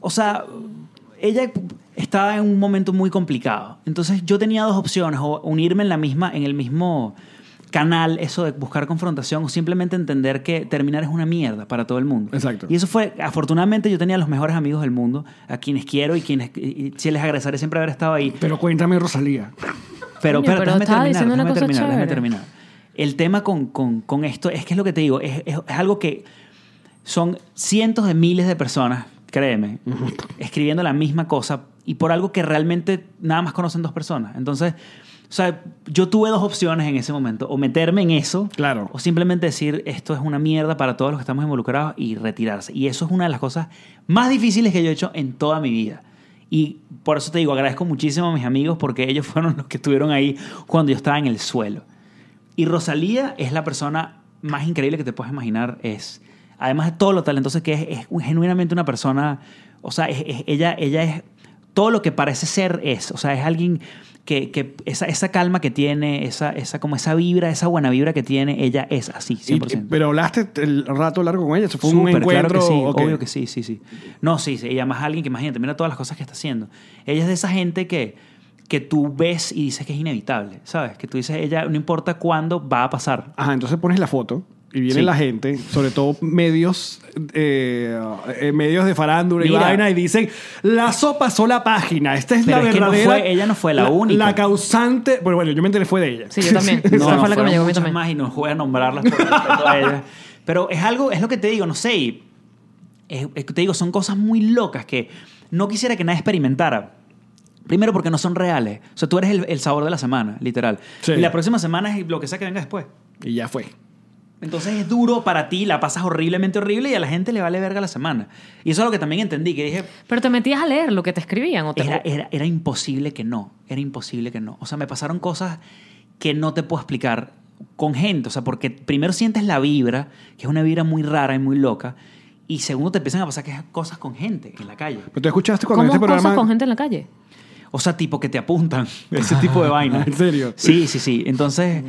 o sea, ella estaba en un momento muy complicado. Entonces yo tenía dos opciones, o unirme en la misma, en el mismo canal, eso de buscar confrontación, o simplemente entender que terminar es una mierda para todo el mundo.
Exacto.
Y eso fue, afortunadamente yo tenía los mejores amigos del mundo, a quienes quiero y quienes y- y- sí les agradeceré siempre haber estado ahí.
Pero cuéntame, Rosalía.
Pero,
Coño,
espera,
pero estaba
déjame terminar,
diciendo una
déjame
cosa
terminar, déjame
chévere.
terminar. El tema con, con- con esto es que es lo que te digo, es, es- es algo que son cientos de miles de personas, créeme, escribiendo la misma cosa y por algo que realmente nada más conocen dos personas. Entonces, o sea, yo tuve dos opciones en ese momento, o meterme en eso,
Claro.
o simplemente decir esto es una mierda para todos los que estamos involucrados y retirarse. Y eso es una de las cosas más difíciles que yo he hecho en toda mi vida. Y por eso te digo, agradezco muchísimo a mis amigos porque ellos fueron los que estuvieron ahí cuando yo estaba en el suelo. Y Rosalía es la persona más increíble que te puedes imaginar. Es, además de todo lo talentoso que es, es un- genuinamente una persona. O sea, es- es- ella, ella es todo lo que parece ser es. O sea, es alguien que, que esa, esa calma que tiene, esa, esa, como esa vibra, esa buena vibra que tiene, ella es así,
Y- eh,
100%.
pero hablaste el rato largo con ella. Eso fue un
Súper,
encuentro.
Claro que sí,
ok.
obvio que sí, sí, sí. No, sí, sí, ella más alguien que imagínate, mira todas las cosas que está haciendo. Ella es de esa gente que, que tú ves y dices que es inevitable, ¿sabes? Que tú dices, ella no importa cuándo va a pasar.
Ajá, entonces pones la foto y viene
Sí.
la gente, sobre todo medios eh, eh, medios de farándula
Mira.
y vaina, y dicen, la sopa sola página, esta es
Pero
la
es que no
verdadera...
fue- ella no fue la única.
La causante... Bueno, bueno, yo me enteré fue de ella.
Sí, yo también.
Sí,
Esa
No,
fue
no,
la que me
fueron
llegó a mí
muchas
también.
más y no voy a nombrarlas por respeto a ellas. Pero es algo, es lo que te digo, no sé. y es- es que te digo, son cosas muy locas que no quisiera que nadie experimentara. Primero porque no son reales. O sea, tú eres el, el sabor de la semana, literal.
Sí.
Y la próxima semana es lo que sea que venga después.
Y ya fue.
Entonces es duro para ti, la pasas horriblemente horrible y a la gente le vale verga la semana. Y eso es lo que también entendí, que dije,
Pero te metías a leer lo que te escribían. O te...
era, era, era imposible que no. Era imposible que no. O sea, me pasaron cosas que no te puedo explicar con gente. O sea, porque primero sientes la vibra, que es una vibra muy rara y muy loca. Y segundo, te empiezan a pasar que es cosas con gente en la calle.
Pero tú escuchaste cuando
¿Cómo
este
cosas
programa...
con gente en la calle?
O sea, tipo que te apuntan. Ese tipo de vaina.
Ah, ¿En serio?
Sí, sí, sí. Entonces.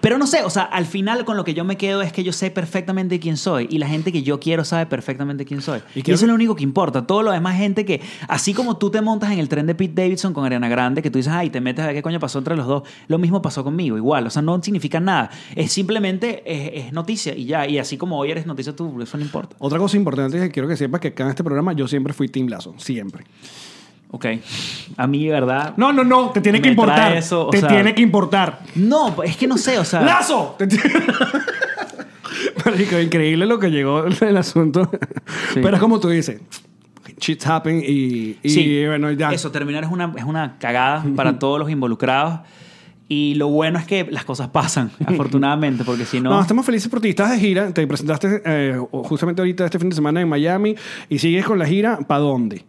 Pero no sé, o sea, al final con lo que yo me quedo es que yo sé perfectamente quién soy y la gente que yo quiero sabe perfectamente quién soy.
Y
Y,
creo
eso
que-
es lo único que importa. Todo lo demás, gente que, así como tú te montas en el tren de Pete Davidson con Ariana Grande, que tú dices, ay, te metes a ver qué coño pasó entre los dos, lo mismo pasó conmigo, igual. O sea, no significa nada. Es simplemente es, es noticia y ya. Y así como hoy eres noticia tú, eso no importa.
Otra cosa importante que quiero que sepas que acá en este programa yo siempre fui Team Lazo. Siempre.
Ok. A mí, de ¿verdad?
No, no, no. Te tiene
Me
que importar.
trae eso, o
te
sea-
tiene que importar.
No, es que no sé, o sea.
¡Lazo! Te ti- Marico, increíble lo que llegó el asunto.
Sí.
Pero es como tú dices. Shit happen y, y
sí,
bueno, ya.
Eso, terminar es una, es una cagada para todos los involucrados. Y lo bueno es que las cosas pasan, afortunadamente, porque si no.
No, estamos felices por ti. Estás de gira. Te presentaste eh, justamente ahorita este fin de semana en Miami y sigues con la gira. ¿Para dónde?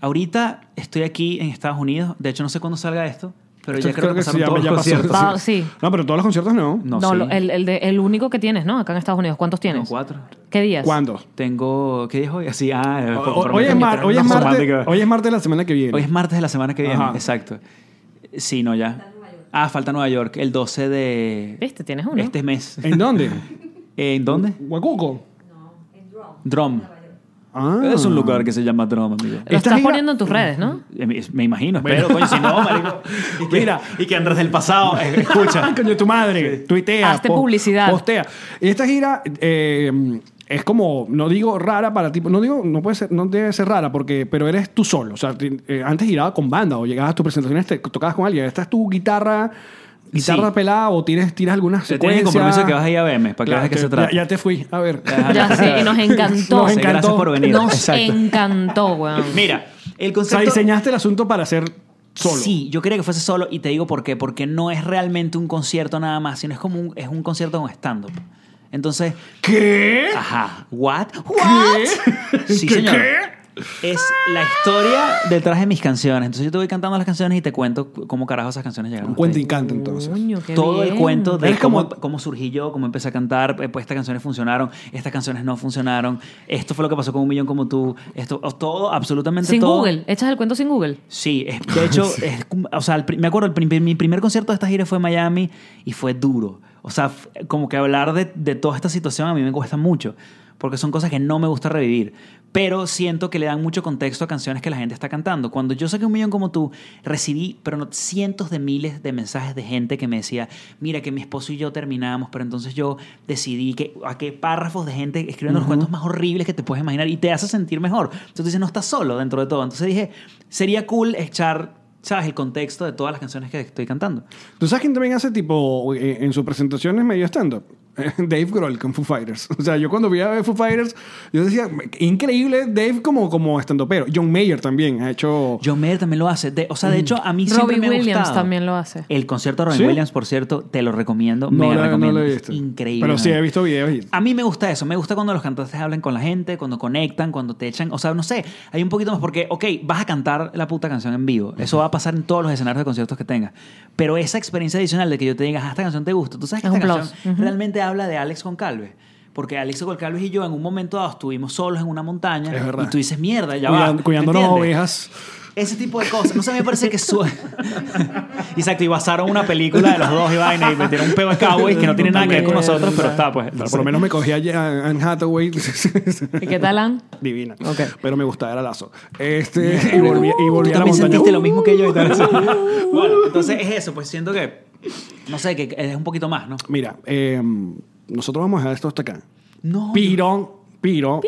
Ahorita estoy aquí en Estados Unidos. De hecho, no sé cuándo salga esto, pero
Esto
ya creo que
se
pasaron
llama-
todos
ya
los
pasó.
conciertos.
Pa- sí.
No, pero todos los conciertos no.
No,
No,
sé.
lo- el, el de- el único que tienes, ¿no? Acá en Estados Unidos. ¿Cuántos
Tengo
tienes?
cuatro.
¿Qué días?
¿Cuándo?
Tengo. ¿Qué día es hoy? Así, ah, eh, por-
O-
por-
Hoy es,
por-
mar- hoy, es
por- por-
martes,
por-
hoy es martes de la semana que viene.
Hoy es martes de la semana que viene,
Ajá.
exacto. Sí, no, ya. Ah, falta Nueva York, el 12 de.
¿Viste? Tienes uno.
Este mes.
¿En dónde?
¿En dónde?
Huacuco.
Drum.
Ah.
Es un lugar que se llama Drum,
Lo
amigo.
Esta
estás
gira-
poniendo en tus redes, ¿no?
Eh, Me, me imagino, espero, coño, si no, marico. Y que,
Mira.
y que Andrés del pasado, eh, escucha.
Coño, tu madre. Tuitea.
Hazte
po-
publicidad.
Postea. Y esta gira eh, es como, no digo rara para ti, no digo, no puede ser, no debe ser rara, porque, pero eres tú solo. O sea, ti- eh, antes giraba con banda o llegabas a tus presentaciones, te tocabas con alguien. Esta es tu guitarra. Guitarra
Sí.
pelada o tienes, tiras algunas
Te tienes
secuencias.
el compromiso que vas a ir a verme, para que veas de qué se trata.
Ya, ya te fui, a ver.
Ya sé, y nos encantó.
Nos
Sí,
encantó.
Gracias por venir.
Nos
Exacto.
encantó, weón.
Mira, el
O sea,
concepto...
diseñaste el asunto para ser solo.
Sí, yo quería que fuese solo y te digo por qué. Porque no es realmente un concierto nada más, sino es como un, es un concierto con stand-up. Entonces,
¿Qué?
Ah, ajá, ¿what?
¿Qué?
Sí,
¿Qué,
señor.
qué?
Es la historia detrás de mis canciones. Entonces yo te voy cantando las canciones y te cuento cómo carajo esas canciones llegaron.
Un
hasta
cuento
ahí.
y canto, entonces.
Coño, qué
todo el
bien.
cuento de
Eres
cómo,
como-
cómo surgí yo, cómo empecé a cantar, eh, pues estas canciones funcionaron, estas canciones no funcionaron, esto fue lo que pasó con Un Millón Como Tú, esto, o todo, absolutamente
Sin
todo.
Google. Echas el cuento sin Google.
Sí, es- de hecho, es cum- o sea, el pri- me acuerdo, el prim- mi primer concierto de esta gira fue en Miami y fue duro. O sea, f- como que hablar de, de toda esta situación a mí me cuesta mucho, porque son cosas que no me gusta revivir. Pero siento que le dan mucho contexto a canciones que la gente está cantando. Cuando yo saqué un millón como tú, recibí pero no, cientos de miles de mensajes de gente que me decía, mira que mi esposo y yo terminamos, pero entonces yo decidí que, a qué párrafos de gente escribiendo los cuentos más horribles que te puedes imaginar y te hace sentir mejor. Entonces dices, no estás solo dentro de todo. Entonces dije, sería cool echar, ¿sabes?, el contexto de todas las canciones que estoy cantando.
¿Tú sabes quién también hace tipo eh, en sus presentaciones medio stand-up? Dave Grohl con Foo Fighters. O sea, yo cuando vi a ver Foo Fighters, yo decía, increíble Dave como, como stand pero John Mayer también ha hecho...
John Mayer también lo hace. De- o sea, de hecho, a mí
Robbie
siempre me ha
Williams
gustado.
también lo hace.
El concierto de Robbie
Mm. ¿Sí?
Williams, por cierto, te lo recomiendo.
no,
me
lo- no
recomiendo.
lo he
Es
visto.
Increíble. Ah,
Pero sí
¿no?
he visto videos y...
A mí me gusta eso, me gusta cuando los cantantes hablan con la gente, cuando conectan, cuando te echan, o sea, no sé, hay un poquito más porque, ok, vas a cantar la puta canción en vivo, eso va a pasar en todos los escenarios de conciertos que tengas, pero esa experiencia adicional de que yo te diga, "Ah, esta canción te gusta, tú sabes que
Es
esta
un
canción
plus. Ujú.
realmente habla de Alex Goncalves. Porque Alex Goncalves y yo en un momento dado estuvimos solos en una montaña
Es verdad.
y tú dices, mierda, ya
cuidando-
va.
cuidándonos
¿me entiendes?
ovejas.
Ese tipo de cosas. No sé, me parece que su... Exacto, y basaron una película de los dos y vaina y metieron un peo de Cowboys que no tiene nada que ver con nosotros, pero está, pues.
Pero por lo menos me cogí a a Anne Hathaway.
¿Y qué tal, Ann?
Divina.
Ok.
Pero me gustaba, era lazo. Este, y volví, y volví
Tú
a la
también
montaña.
sentiste lo mismo que yo y tal. bueno, entonces es eso, pues siento que. No sé, que es un poquito más, ¿no?
Mira, eh, nosotros vamos a dejar esto hasta acá.
No.
Pero, pero,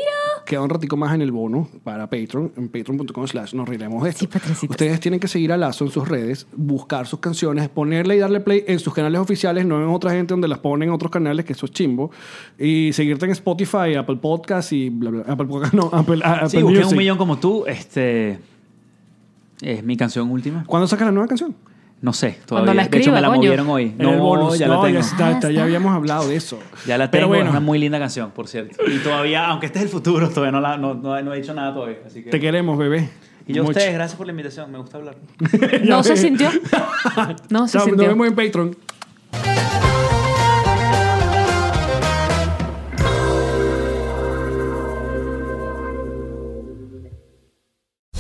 queda un ratico más en el bono para Patreon, en patreon.com slash nos reiremos de esto.
Sí, Patricitos.
Ustedes tienen que seguir a Lazo en sus redes, buscar sus canciones, ponerle y darle play en sus canales oficiales, no en otra gente donde las ponen en otros canales, que eso es chimbo. Y seguirte en Spotify, Apple Podcast y bla, bla. Apple Podcast, no, Apple, a- Apple
sí, busqué
Music.
un millón como tú. Este. Es mi canción última.
¿Cuándo sacas la nueva canción?
No sé,
Cuando la
todavía. de hecho, me
escriba,
la
coño.
movieron hoy.
En
No,
el bonus.
ya
No,
la tengo.
Ya, está, está, ya habíamos hablado de eso.
Ya la
Pero
tengo,
bueno,
es una muy linda canción, por cierto. Y todavía, aunque este es el futuro, todavía no, la, no, no- no he dicho nada todavía. Así que...
te queremos, bebé.
y yo a
Mucho.
ustedes, gracias por la invitación, me gusta hablar.
No se
ves.
sintió. No se
Chao, nos
sintió.
vemos en Patreon.